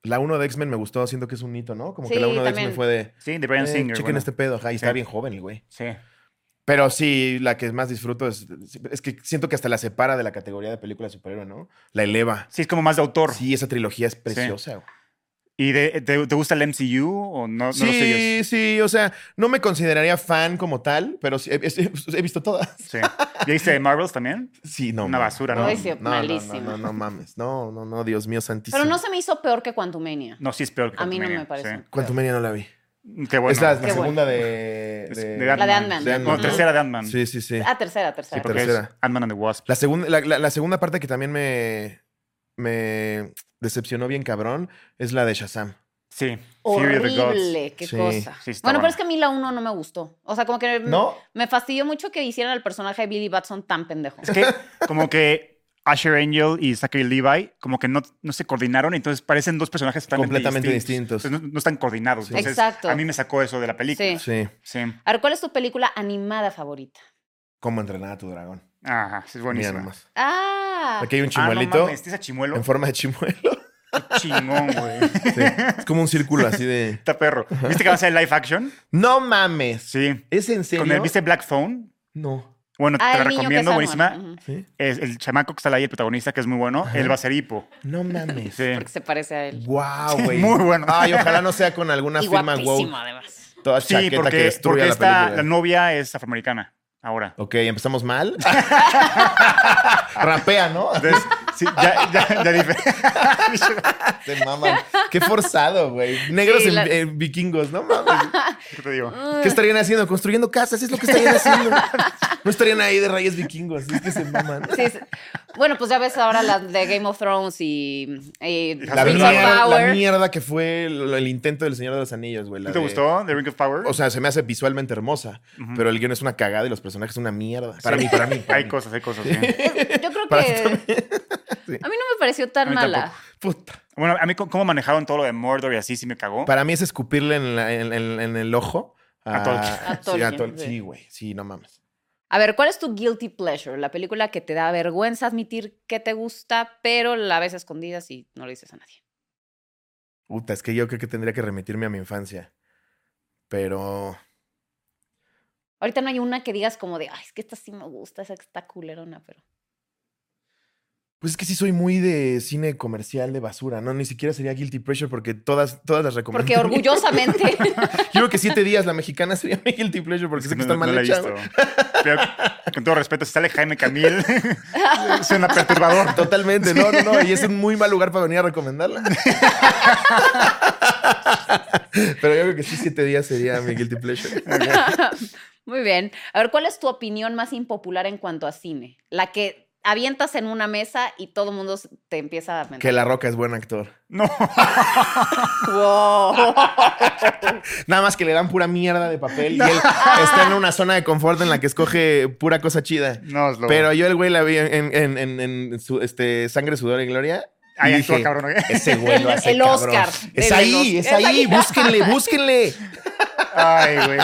Speaker 3: la 1 de X-Men me gustó, siento que es un hito, ¿no? Como que
Speaker 2: Sí,
Speaker 3: la 1 de
Speaker 2: también.
Speaker 3: X-Men fue de.
Speaker 4: Sí, de Brian
Speaker 3: eh,
Speaker 4: Singer.
Speaker 3: Chequen
Speaker 4: bueno.
Speaker 3: este pedo. Ajá, y
Speaker 4: Sí.
Speaker 3: está bien joven el güey.
Speaker 4: Sí.
Speaker 3: Pero sí, la que más disfruto es. Es que siento que hasta la separa de la categoría de película de superhéroe, ¿no? La eleva.
Speaker 4: Sí, es como más de autor.
Speaker 3: Sí, esa trilogía es preciosa. güey.
Speaker 4: ¿Y de, te, te gusta el MCU o no, no lo sigues?
Speaker 3: Sí, sí, o sea, no me consideraría fan como tal, pero sí, he, he- he visto todas.
Speaker 4: Sí. ¿Ya viste de Marvels también?
Speaker 3: Sí, no.
Speaker 4: Una
Speaker 3: mames.
Speaker 4: basura,
Speaker 2: ¿no?
Speaker 3: no,
Speaker 2: Ay, sí,
Speaker 3: no, no,
Speaker 2: malísima.
Speaker 3: No, no, no mames. No, no, no, Dios mío santísimo.
Speaker 2: Pero no se me hizo peor que Quantumania.
Speaker 4: No, sí es peor que
Speaker 2: A mí no
Speaker 4: Quantumania,
Speaker 2: me parece.
Speaker 4: sí.
Speaker 3: Quantumania no la vi.
Speaker 4: Qué bueno.
Speaker 3: es la, la
Speaker 2: Qué bueno.
Speaker 3: segunda de,
Speaker 4: Es-
Speaker 3: de-
Speaker 4: de Ant-Man.
Speaker 2: La de Ant-Man.
Speaker 3: De Ant-Man.
Speaker 4: Bueno,
Speaker 2: Ajá.
Speaker 4: tercera de Ant-Man.
Speaker 3: Sí, sí, sí.
Speaker 2: Ah, tercera,
Speaker 4: Sí,
Speaker 2: tercera.
Speaker 4: porque es
Speaker 3: tercera.
Speaker 4: Ant-Man and the Wasp.
Speaker 3: La segunda, la, la- la segunda parte que también me, me decepcionó bien cabrón es la de Shazam.
Speaker 4: Sí. Fury of the Gods.
Speaker 2: Horrible, qué
Speaker 3: Sí,
Speaker 2: cosa.
Speaker 4: sí, está
Speaker 2: bueno,
Speaker 4: bueno.
Speaker 2: pero es que a mí la 1 no me gustó. O sea, como que me-
Speaker 3: ¿No?
Speaker 2: me fastidió mucho que hicieran al personaje de Billy Batson tan pendejo.
Speaker 4: Es que como que Asher Angel y Zachary Levi como que no, no se coordinaron, entonces parecen dos personajes totalmente
Speaker 3: Completamente
Speaker 4: distintos.
Speaker 3: distintos.
Speaker 4: Entonces, No, no están coordinados.
Speaker 3: Sí.
Speaker 4: Entonces,
Speaker 2: Exacto.
Speaker 4: A mí me sacó eso de la película.
Speaker 2: Sí.
Speaker 3: Sí.
Speaker 4: Sí.
Speaker 2: A ver, ¿cuál es tu película animada favorita?
Speaker 3: ¿Cómo entrenar a tu dragón?
Speaker 4: Ajá, sí, es
Speaker 3: Mira
Speaker 4: buenísimo.
Speaker 3: nomás.
Speaker 2: Ah,
Speaker 3: Aquí hay un
Speaker 4: Ah, no
Speaker 3: chimuelito
Speaker 4: mames, ¿tienes a chimuelo?
Speaker 3: en forma de chimuelo.
Speaker 4: Chingón, güey.
Speaker 3: Sí. Es como un círculo así de.
Speaker 4: Está perro. ¿Viste que va a ser live action?
Speaker 3: ¡No mames!
Speaker 4: Sí.
Speaker 3: ¿Es en serio?
Speaker 4: Con el, ¿Viste Black Phone?
Speaker 3: No.
Speaker 4: Bueno,
Speaker 2: Ah,
Speaker 4: te la
Speaker 2: el niño que
Speaker 4: recomiendo,
Speaker 2: es
Speaker 4: buenísima.
Speaker 2: Saruman. Ujú.
Speaker 3: ¿Sí?
Speaker 4: Es el chamaco que está ahí, el protagonista, que es muy bueno. Él va a ser hipo.
Speaker 3: No mames.
Speaker 4: Sí.
Speaker 2: Porque se parece a él.
Speaker 3: Wow, güey.
Speaker 4: muy bueno.
Speaker 3: Ay, ojalá no sea con alguna
Speaker 2: y
Speaker 3: firma
Speaker 2: guapísimo,
Speaker 3: wow.
Speaker 2: además.
Speaker 3: Toda
Speaker 4: Sí,
Speaker 3: Pues chaqueta que
Speaker 4: porque,
Speaker 3: destruye
Speaker 4: porque
Speaker 3: la
Speaker 4: esta, la
Speaker 3: película.
Speaker 4: novia es afroamericana ahora.
Speaker 3: Ok, empezamos mal. Rapea, ¿no?
Speaker 4: Entonces, sí, ya, ya, ya dije.
Speaker 3: Se maman. este, Qué forzado, güey. Negros
Speaker 2: Sí,
Speaker 3: en,
Speaker 2: la-
Speaker 3: en vikingos, no mames.
Speaker 4: ¿Qué te digo?
Speaker 3: ¿Qué estarían haciendo? Construyendo casas, es lo que estarían haciendo. No estarían ahí de reyes vikingos, es que se maman.
Speaker 2: Sí, sí. Bueno, pues ya ves ahora las de Game of Thrones y, y
Speaker 4: La
Speaker 3: La
Speaker 2: Rings of
Speaker 4: verdad,
Speaker 3: mierda, la
Speaker 2: Power.
Speaker 3: mierda que fue el, el intento del Señor de los Anillos, güey. la
Speaker 4: ¿No ¿Te
Speaker 3: de-
Speaker 4: gustó The Ring of Power?
Speaker 3: O sea, se me hace visualmente hermosa, pero el guión es una cagada y los personajes una mierda. Para mí, para mí. para
Speaker 4: hay
Speaker 3: mí.
Speaker 4: cosas, hay cosas. sí.
Speaker 2: Yo creo
Speaker 3: Para
Speaker 2: que a mí no me pareció
Speaker 4: A
Speaker 2: tan
Speaker 4: mí
Speaker 2: mala.
Speaker 4: tampoco.
Speaker 3: Puta.
Speaker 4: Bueno, a mí co- cómo manejaron todo lo de Mordor y así sí me cagó.
Speaker 3: Para mí es escupirle en, la- en- en- en el ojo
Speaker 4: A Tolkien.
Speaker 2: A
Speaker 3: sí,
Speaker 2: Tolkien,
Speaker 3: Tol-
Speaker 2: sí.
Speaker 3: Sí, güey. Sí, no mames.
Speaker 2: A ver, ¿cuál es tu guilty pleasure? La película que te da vergüenza admitir que te gusta, pero la ves a escondidas y no le dices a nadie.
Speaker 3: Puta, es que yo creo que tendría que remitirme a mi infancia. Pero.
Speaker 2: Ahorita no hay una que digas como de, ay, es que esta sí me gusta, esa que está culerona, pero.
Speaker 3: Pues es que sí soy muy de cine comercial de basura, ¿no? Ni siquiera sería Guilty Pressure porque todas, todas las recomiendo.
Speaker 2: Porque orgullosamente.
Speaker 3: Yo creo que siete días la mexicana sería mi Guilty Pleasure porque sé que está
Speaker 4: No- no
Speaker 3: mal
Speaker 4: la he
Speaker 3: hecha.
Speaker 4: visto.
Speaker 3: güey.
Speaker 4: Pero, con todo respeto, si sale Jaime Camil, suena perturbador.
Speaker 3: Totalmente, no, no, no. Y es un muy mal lugar para venir a recomendarla. Pero yo creo que sí, siete días sería mi Guilty Pleasure.
Speaker 2: Muy bien. A ver, ¿cuál es tu opinión más impopular en cuanto a cine? La que avientas en una mesa y todo el mundo te empieza a
Speaker 3: Que
Speaker 2: mentar.
Speaker 3: La Roca es buen actor.
Speaker 4: No,
Speaker 2: Wow.
Speaker 3: Nada más que le dan pura mierda de papel y él está en una zona de confort en la que escoge pura cosa chida.
Speaker 4: no es lo
Speaker 3: Pero yo el güey la vi en, en- en- en su- este, Sangre, Sudor y Gloria. y
Speaker 4: Ahí actúa,
Speaker 3: dije,
Speaker 4: cabrón. ¿eh?
Speaker 3: Ese güey lo
Speaker 2: El-
Speaker 3: hace,
Speaker 2: el
Speaker 3: cabrón.
Speaker 2: Oscar
Speaker 3: Es
Speaker 2: del
Speaker 3: ahí,
Speaker 2: Oscar.
Speaker 3: es
Speaker 2: Es
Speaker 3: ahí.
Speaker 2: ahí.
Speaker 3: Búsquenle, búsquenle.
Speaker 4: Ay, güey.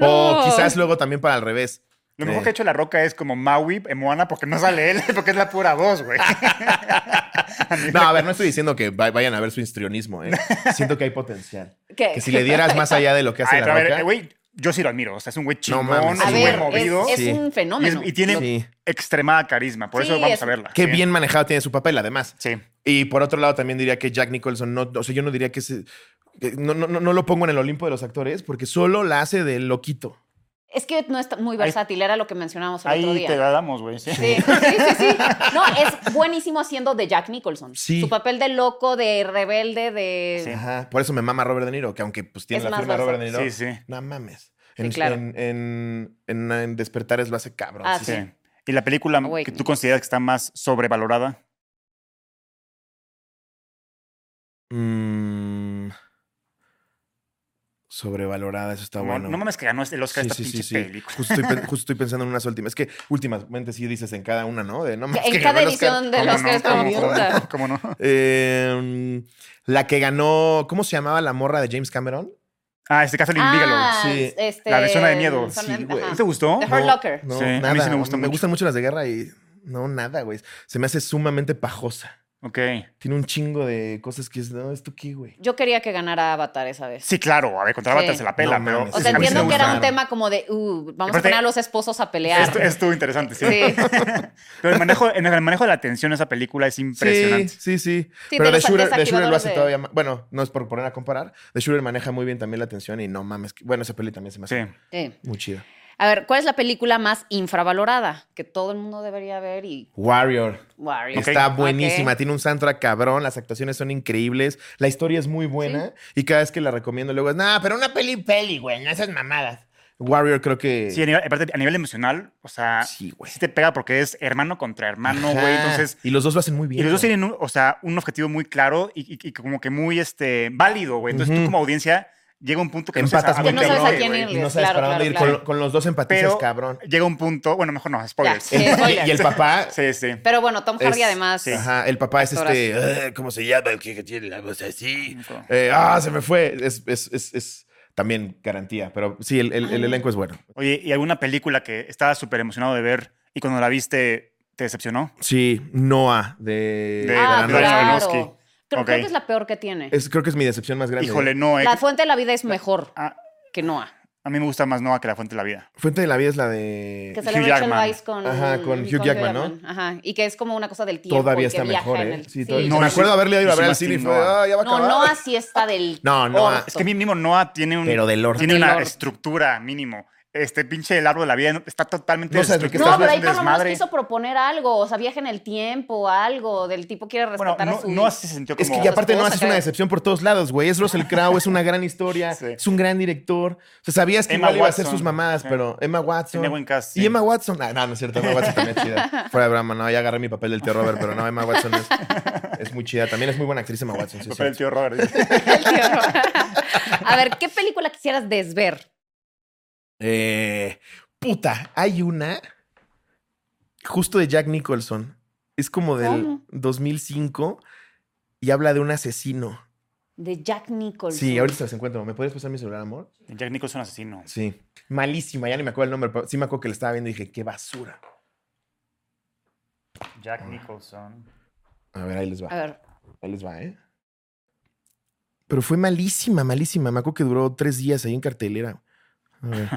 Speaker 2: No.
Speaker 3: O quizás luego también para al revés.
Speaker 4: Lo mejor
Speaker 3: Eh,
Speaker 4: que ha hecho La Roca es como Maui en Moana porque no sale él, porque es la pura voz, güey.
Speaker 3: No, a ver, no estoy diciendo que va- vayan a ver su histrionismo. ¿eh? Siento que hay potencial.
Speaker 2: ¿Qué?
Speaker 3: Que si le dieras más allá de lo que hace
Speaker 4: Ay,
Speaker 3: la
Speaker 4: pero a ver,
Speaker 3: roca.
Speaker 4: eh, güey, yo sí lo admiro. O sea, es un güey
Speaker 3: No
Speaker 4: chingón,
Speaker 3: mames,
Speaker 4: es
Speaker 2: a
Speaker 4: un
Speaker 3: sí,
Speaker 4: güey
Speaker 2: ver, es,
Speaker 4: movido.
Speaker 2: es
Speaker 3: Sí.
Speaker 2: un
Speaker 4: y, es-
Speaker 2: fenómeno.
Speaker 4: y tiene
Speaker 3: Sí.
Speaker 4: extremada carisma. Por
Speaker 2: Sí,
Speaker 4: eso vamos
Speaker 2: es-
Speaker 4: a verla.
Speaker 3: Qué
Speaker 4: Sí.
Speaker 3: bien manejado tiene su papel, además.
Speaker 4: Sí.
Speaker 3: Y por otro lado, también diría que Jack Nicholson, no, o sea, yo no diría que se- que no, no, no- no lo pongo en el Olimpo de los actores porque solo la hace de loquito.
Speaker 2: Es que no está muy versátil, era lo que mencionábamos el otro
Speaker 4: Ahí
Speaker 2: día.
Speaker 4: te la damos, güey. Sí.
Speaker 2: Sí, sí, sí, sí. No, es buenísimo haciendo de Jack Nicholson.
Speaker 3: Sí.
Speaker 2: Su papel de loco, de rebelde, de.
Speaker 4: Sí.
Speaker 3: Ajá. Por eso me mama Robert De Niro, que aunque pues tiene
Speaker 2: Es
Speaker 3: la
Speaker 2: más
Speaker 3: firma de Robert De
Speaker 2: versátil.
Speaker 3: Niro.
Speaker 4: Sí, sí.
Speaker 3: No mames. En,
Speaker 2: Sí, claro.
Speaker 3: en, en- en- en Despertares lo hace cabrón.
Speaker 2: Ah,
Speaker 3: sí,
Speaker 4: Sí.
Speaker 3: sí.
Speaker 4: ¿Y la película que tú
Speaker 2: Awakening.
Speaker 4: consideras que está más sobrevalorada?
Speaker 3: Mm. sobrevalorada, eso está
Speaker 4: No-
Speaker 3: Ah, bueno.
Speaker 4: No mames que ganó el Oscar
Speaker 3: Sí,
Speaker 4: esta
Speaker 3: sí, sí,
Speaker 4: pinche
Speaker 3: sí.
Speaker 4: película.
Speaker 3: Justo estoy, pen- justo estoy pensando en unas últimas. Es que últimamente sí dices en cada una, ¿no? De, no mames, que
Speaker 2: En cada
Speaker 3: ganó el Oscar.
Speaker 2: edición de los que es como
Speaker 4: ¿Cómo
Speaker 2: puta.
Speaker 4: no? ¿Cómo no?
Speaker 3: Eh, la que ganó, ¿cómo se llamaba la morra de James Cameron?
Speaker 4: Ah, este Catherine
Speaker 2: Ah,
Speaker 4: Bigelow.
Speaker 3: sí.
Speaker 2: este,
Speaker 4: La de Zona de Miedo.
Speaker 2: Zona-
Speaker 3: Sí, güey.
Speaker 2: ajá.
Speaker 4: ¿No te gustó?
Speaker 2: The Hurt Locker.
Speaker 3: No,
Speaker 4: Sí, a mí
Speaker 3: nada.
Speaker 4: sí me gusta
Speaker 3: me
Speaker 4: mucho.
Speaker 3: gustan mucho las de guerra y no, nada, güey. Se me hace sumamente pajosa.
Speaker 4: Ok.
Speaker 3: Tiene un chingo de cosas que es, no, ¿esto qué, güey?
Speaker 2: Yo quería que ganara Avatar esa vez.
Speaker 4: Sí, claro. A ver, contra
Speaker 2: Sí.
Speaker 4: Avatar se la pela,
Speaker 3: No
Speaker 4: pero...
Speaker 3: mames,
Speaker 2: O
Speaker 3: sí,
Speaker 2: sea,
Speaker 3: a mí sí
Speaker 2: entiendo
Speaker 3: me
Speaker 2: que era un
Speaker 3: gustaron.
Speaker 2: tema como de, uh, vamos
Speaker 4: Aparte- este
Speaker 2: a poner a los esposos a pelear.
Speaker 4: Esto- Estuvo interesante, sí.
Speaker 2: Sí.
Speaker 4: Pero el manejo, en el manejo de la tensión de esa película es impresionante.
Speaker 3: Sí, sí, sí.
Speaker 2: Sí,
Speaker 3: Pero
Speaker 2: de
Speaker 3: The
Speaker 2: los
Speaker 3: Shooter, The Shooter lo
Speaker 2: desactivadores
Speaker 3: hace
Speaker 2: de-
Speaker 3: todavía más. Bueno, no es por poner a comparar. The Shooter maneja muy bien también la atención y no mames. que- Bueno, esa peli también se me hace
Speaker 4: Sí.
Speaker 2: Sí.
Speaker 3: muy chida.
Speaker 2: A ver, ¿cuál es la película más infravalorada que todo el mundo debería ver y
Speaker 3: Warrior.
Speaker 2: Warrior?
Speaker 3: Está
Speaker 2: Ok.
Speaker 3: buenísima, tiene un soundtrack cabrón, las actuaciones son increíbles, la historia es muy buena y cada vez que la recomiendo luego es, nah, pero una peli, peli, güey, no esas mamadas. Warrior creo que...
Speaker 4: Sí, a nivel, aparte, a nivel emocional, o sea,
Speaker 3: Sí, güey.
Speaker 4: sí te pega porque es hermano contra hermano, güey.
Speaker 3: Ajá.
Speaker 4: Entonces,
Speaker 3: Y los dos lo hacen muy bien.
Speaker 4: y los dos
Speaker 3: güey.
Speaker 4: tienen, un, o sea, un objetivo muy claro y, y- y como que muy este, válido, güey. Entonces, tú
Speaker 3: Ujú.
Speaker 4: como audiencia, llega un punto que
Speaker 3: Empatas
Speaker 2: Que no
Speaker 3: muy
Speaker 2: sabes
Speaker 3: cabrón,
Speaker 2: a quién
Speaker 3: güey,
Speaker 2: irles,
Speaker 3: y no sabes
Speaker 2: claro,
Speaker 3: para
Speaker 2: claro,
Speaker 3: dónde ir.
Speaker 2: claro.
Speaker 3: Con, con los dos empatizas,
Speaker 4: Pero
Speaker 3: cabrón.
Speaker 4: llega un punto, bueno, mejor no, spoilers.
Speaker 2: Ya, sí. spoiler.
Speaker 3: y el papá...
Speaker 4: Sí, sí.
Speaker 2: Pero bueno, Tom Hardy
Speaker 3: es-
Speaker 2: además.
Speaker 3: Ajá, el papá es este... "Ugh, ¿Cómo se llama? El que que tiene la voz así. Eh, ah, se me fue. Es, es, es, es también garantía, pero sí, el, el- el elenco es bueno.
Speaker 4: Oye, ¿y alguna película que estabas súper emocionado de ver y cuando la viste te decepcionó?
Speaker 3: Sí, Noah de...
Speaker 2: Ah,
Speaker 4: De- de
Speaker 3: Darren
Speaker 4: Darren
Speaker 2: claro.
Speaker 4: Aronofsky.
Speaker 2: Creo, creo
Speaker 4: Ok.
Speaker 2: que es la peor que tiene.
Speaker 3: Es- creo que es mi decepción más grande.
Speaker 4: Híjole, no, eh.
Speaker 2: La fuente de la vida es mejor
Speaker 4: Ah.
Speaker 2: que Noah.
Speaker 4: A mí me gusta más Noah que La Fuente de la Vida.
Speaker 3: Fuente de la Vida es la de.
Speaker 2: Que
Speaker 4: Hugh
Speaker 2: se le Rachel
Speaker 4: Jackman.
Speaker 2: Weisz con,
Speaker 3: Ajá, con Hugh Jackman, ¿no?
Speaker 2: Ajá, y que es como una cosa del tiempo.
Speaker 3: todavía
Speaker 2: que
Speaker 3: está
Speaker 2: viaja
Speaker 3: mejor,
Speaker 2: en
Speaker 3: ¿eh?
Speaker 2: el-
Speaker 3: Sí,
Speaker 2: sí.
Speaker 3: todavía-
Speaker 4: No,
Speaker 3: me
Speaker 4: sí,
Speaker 3: acuerdo haberle ido a
Speaker 4: sí,
Speaker 3: ver al
Speaker 4: más
Speaker 3: cine y
Speaker 4: Team
Speaker 3: fue,
Speaker 4: Noah.
Speaker 3: ah, ya va a
Speaker 2: No,
Speaker 3: acabar.
Speaker 2: Noah sí está del.
Speaker 3: No, Noah.
Speaker 4: Oh, Es que mi- mismo Noah tiene un.
Speaker 3: Pero del orto.
Speaker 4: Tiene
Speaker 2: Oh, Del
Speaker 4: una
Speaker 2: orto.
Speaker 4: estructura mínimo. Este pinche el árbol de la vida está totalmente
Speaker 3: No sabes de qué
Speaker 2: No,
Speaker 4: desestructurado,
Speaker 3: estás
Speaker 2: pero ahí
Speaker 4: es
Speaker 2: por lo
Speaker 4: un
Speaker 2: menos
Speaker 4: desmadre.
Speaker 2: quiso proponer algo, o sea, viaje en el tiempo, algo, del tipo quiere
Speaker 4: Bueno,
Speaker 2: respetar a
Speaker 4: no,
Speaker 2: su...
Speaker 4: Noah se sintió como.
Speaker 3: Es que ya aparte no
Speaker 2: esposa,
Speaker 3: haces
Speaker 2: creo.
Speaker 3: una decepción por todos lados, güey. Es Russell Crowe, es una gran historia,
Speaker 4: Sí.
Speaker 3: es un gran director. O sea, sabías que
Speaker 4: Emma
Speaker 3: igual iba a hacer
Speaker 4: Watson.
Speaker 3: sus mamadas,
Speaker 4: Sí.
Speaker 3: pero Emma Watson.
Speaker 4: Tenía buen cast,
Speaker 3: Y
Speaker 4: sí.
Speaker 3: Emma Watson. Ah, no, no es cierto. Emma Watson también es chida. Fuera de broma, no, ya agarré mi papel del tío Robert, pero no, Emma Watson es, es muy chida. También es muy buena actriz Emma Watson. Sí,
Speaker 4: Papel del
Speaker 3: sí.
Speaker 4: tío Robert. dice.
Speaker 2: El tío Robert. a ver, ¿qué película quisieras desver?
Speaker 3: Eh, puta, hay una justo de Jack Nicholson. Es como del
Speaker 2: ¿Cómo?
Speaker 3: 2005 y habla de un asesino.
Speaker 2: De Jack Nicholson.
Speaker 3: Sí, ahorita se las encuentro. ¿Me podrías pasar mi celular, amor?
Speaker 4: Jack Nicholson asesino.
Speaker 3: Sí. Malísima, ya ni me acuerdo el nombre, pero sí me acuerdo que la estaba viendo y dije, qué basura.
Speaker 4: Jack Nicholson.
Speaker 3: A ver, ahí les
Speaker 2: A
Speaker 3: va.
Speaker 2: ver,
Speaker 3: Ahí les va, ¿eh? Pero fue malísima, malísima. Me acuerdo que duró tres días ahí en cartelera. A ver.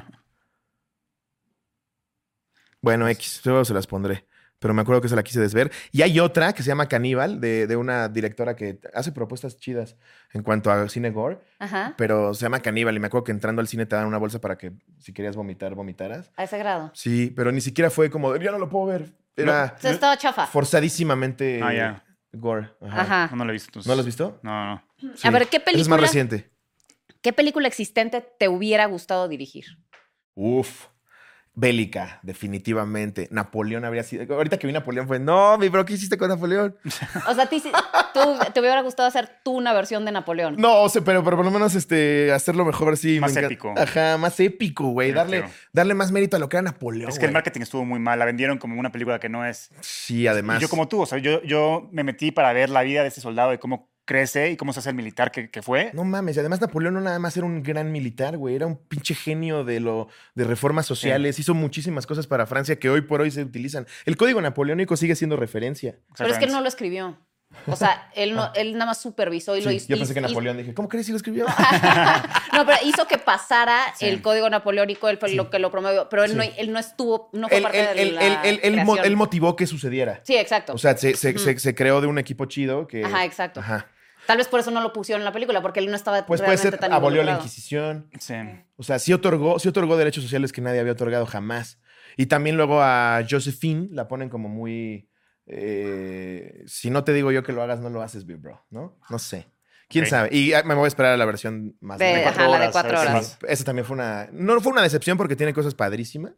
Speaker 3: bueno, X, luego se las pondré. Pero me acuerdo que se la quise desver. Y hay otra que se llama Caníbal, de, de una directora que hace propuestas chidas en cuanto a cine gore,
Speaker 2: ajá,
Speaker 3: pero se llama Caníbal. Y me acuerdo que entrando al cine te dan una bolsa para que si querías vomitar, vomitaras.
Speaker 2: a ese grado.
Speaker 3: Sí, pero ni siquiera fue como, ya no lo puedo ver. Era
Speaker 2: Se estaba chafa.
Speaker 3: forzadísimamente
Speaker 4: Ah, ya.
Speaker 3: gore. Ajá.
Speaker 2: Ajá.
Speaker 4: No lo he visto. entonces.
Speaker 3: ¿No lo has visto?
Speaker 4: No, no.
Speaker 3: Sí.
Speaker 2: ver, ¿qué
Speaker 3: Esa Es más
Speaker 2: película?
Speaker 3: reciente.
Speaker 2: ¿Qué película existente te hubiera gustado dirigir?
Speaker 3: Uf. Bélica, definitivamente. Napoleón habría sido. Ahorita que vi Napoleón fue, no, mi bro, ¿qué hiciste con Napoleón?
Speaker 2: O sea, a ti sí- tú- te hubiera gustado hacer tú una versión de Napoleón.
Speaker 3: No, o sea, pero, pero por lo menos este, hacerlo mejor sí.
Speaker 4: Más
Speaker 3: me encanta.
Speaker 4: épico.
Speaker 3: Ajá, más épico, güey.
Speaker 4: Sí,
Speaker 3: Darle,
Speaker 4: creo.
Speaker 3: darle más mérito a lo que era Napoleón.
Speaker 4: Es que el
Speaker 3: güey.
Speaker 4: marketing estuvo muy mal. La vendieron como una película que no es.
Speaker 3: Sí, además.
Speaker 4: Y yo como tú, o sea, yo, yo me metí para ver la vida de ese soldado y cómo crece y cómo se hace el militar que, que fue.
Speaker 3: No mames, y además Napoleón no nada más era un gran militar, güey, era un pinche genio de lo de reformas sociales, hizo muchísimas cosas para Francia que hoy por hoy se utilizan. El código napoleónico sigue siendo referencia.
Speaker 2: Pero es que él no
Speaker 4: Exactamente.
Speaker 2: lo escribió. O sea, él, no, él nada más supervisó y lo
Speaker 3: Ah. Sí,
Speaker 2: hizo.
Speaker 3: yo pensé que
Speaker 2: hizo-
Speaker 3: Napoleón dije, ¿cómo crees si lo escribió?
Speaker 2: No, pero hizo que pasara
Speaker 4: Sí.
Speaker 2: el código napoleónico, él fue lo que lo promovió, pero él, no,
Speaker 3: Sí.
Speaker 2: él no estuvo, no fue
Speaker 3: él,
Speaker 2: parte
Speaker 3: él-
Speaker 2: de
Speaker 3: él-
Speaker 2: la
Speaker 3: él- él- él mo-
Speaker 2: creación.
Speaker 3: él motivó que sucediera.
Speaker 2: Sí, exacto.
Speaker 3: O sea, se, se- se- se creó de un equipo chido que.
Speaker 2: Ajá, exacto.
Speaker 3: Ajá.
Speaker 2: Tal vez por eso no lo pusieron en la película, porque él no estaba
Speaker 3: Pues puede
Speaker 2: realmente
Speaker 3: ser,
Speaker 2: tan
Speaker 3: abolió la
Speaker 2: involucrado.
Speaker 3: Inquisición.
Speaker 4: Sí.
Speaker 3: O sea, sí otorgó, sí otorgó derechos sociales que nadie había otorgado jamás. Y también luego a Josephine la ponen como muy. eh, si no te digo yo que lo hagas, no lo haces, big bro, ¿no? No sé. ¿Quién
Speaker 4: Ok.
Speaker 3: sabe? Y ah, me voy a esperar a la versión más
Speaker 2: De-
Speaker 3: larga.
Speaker 2: ajá, la de cuatro
Speaker 4: a ver si
Speaker 2: horas.
Speaker 4: más.
Speaker 3: Esa también fue una. No fue una decepción porque tiene cosas padrísimas,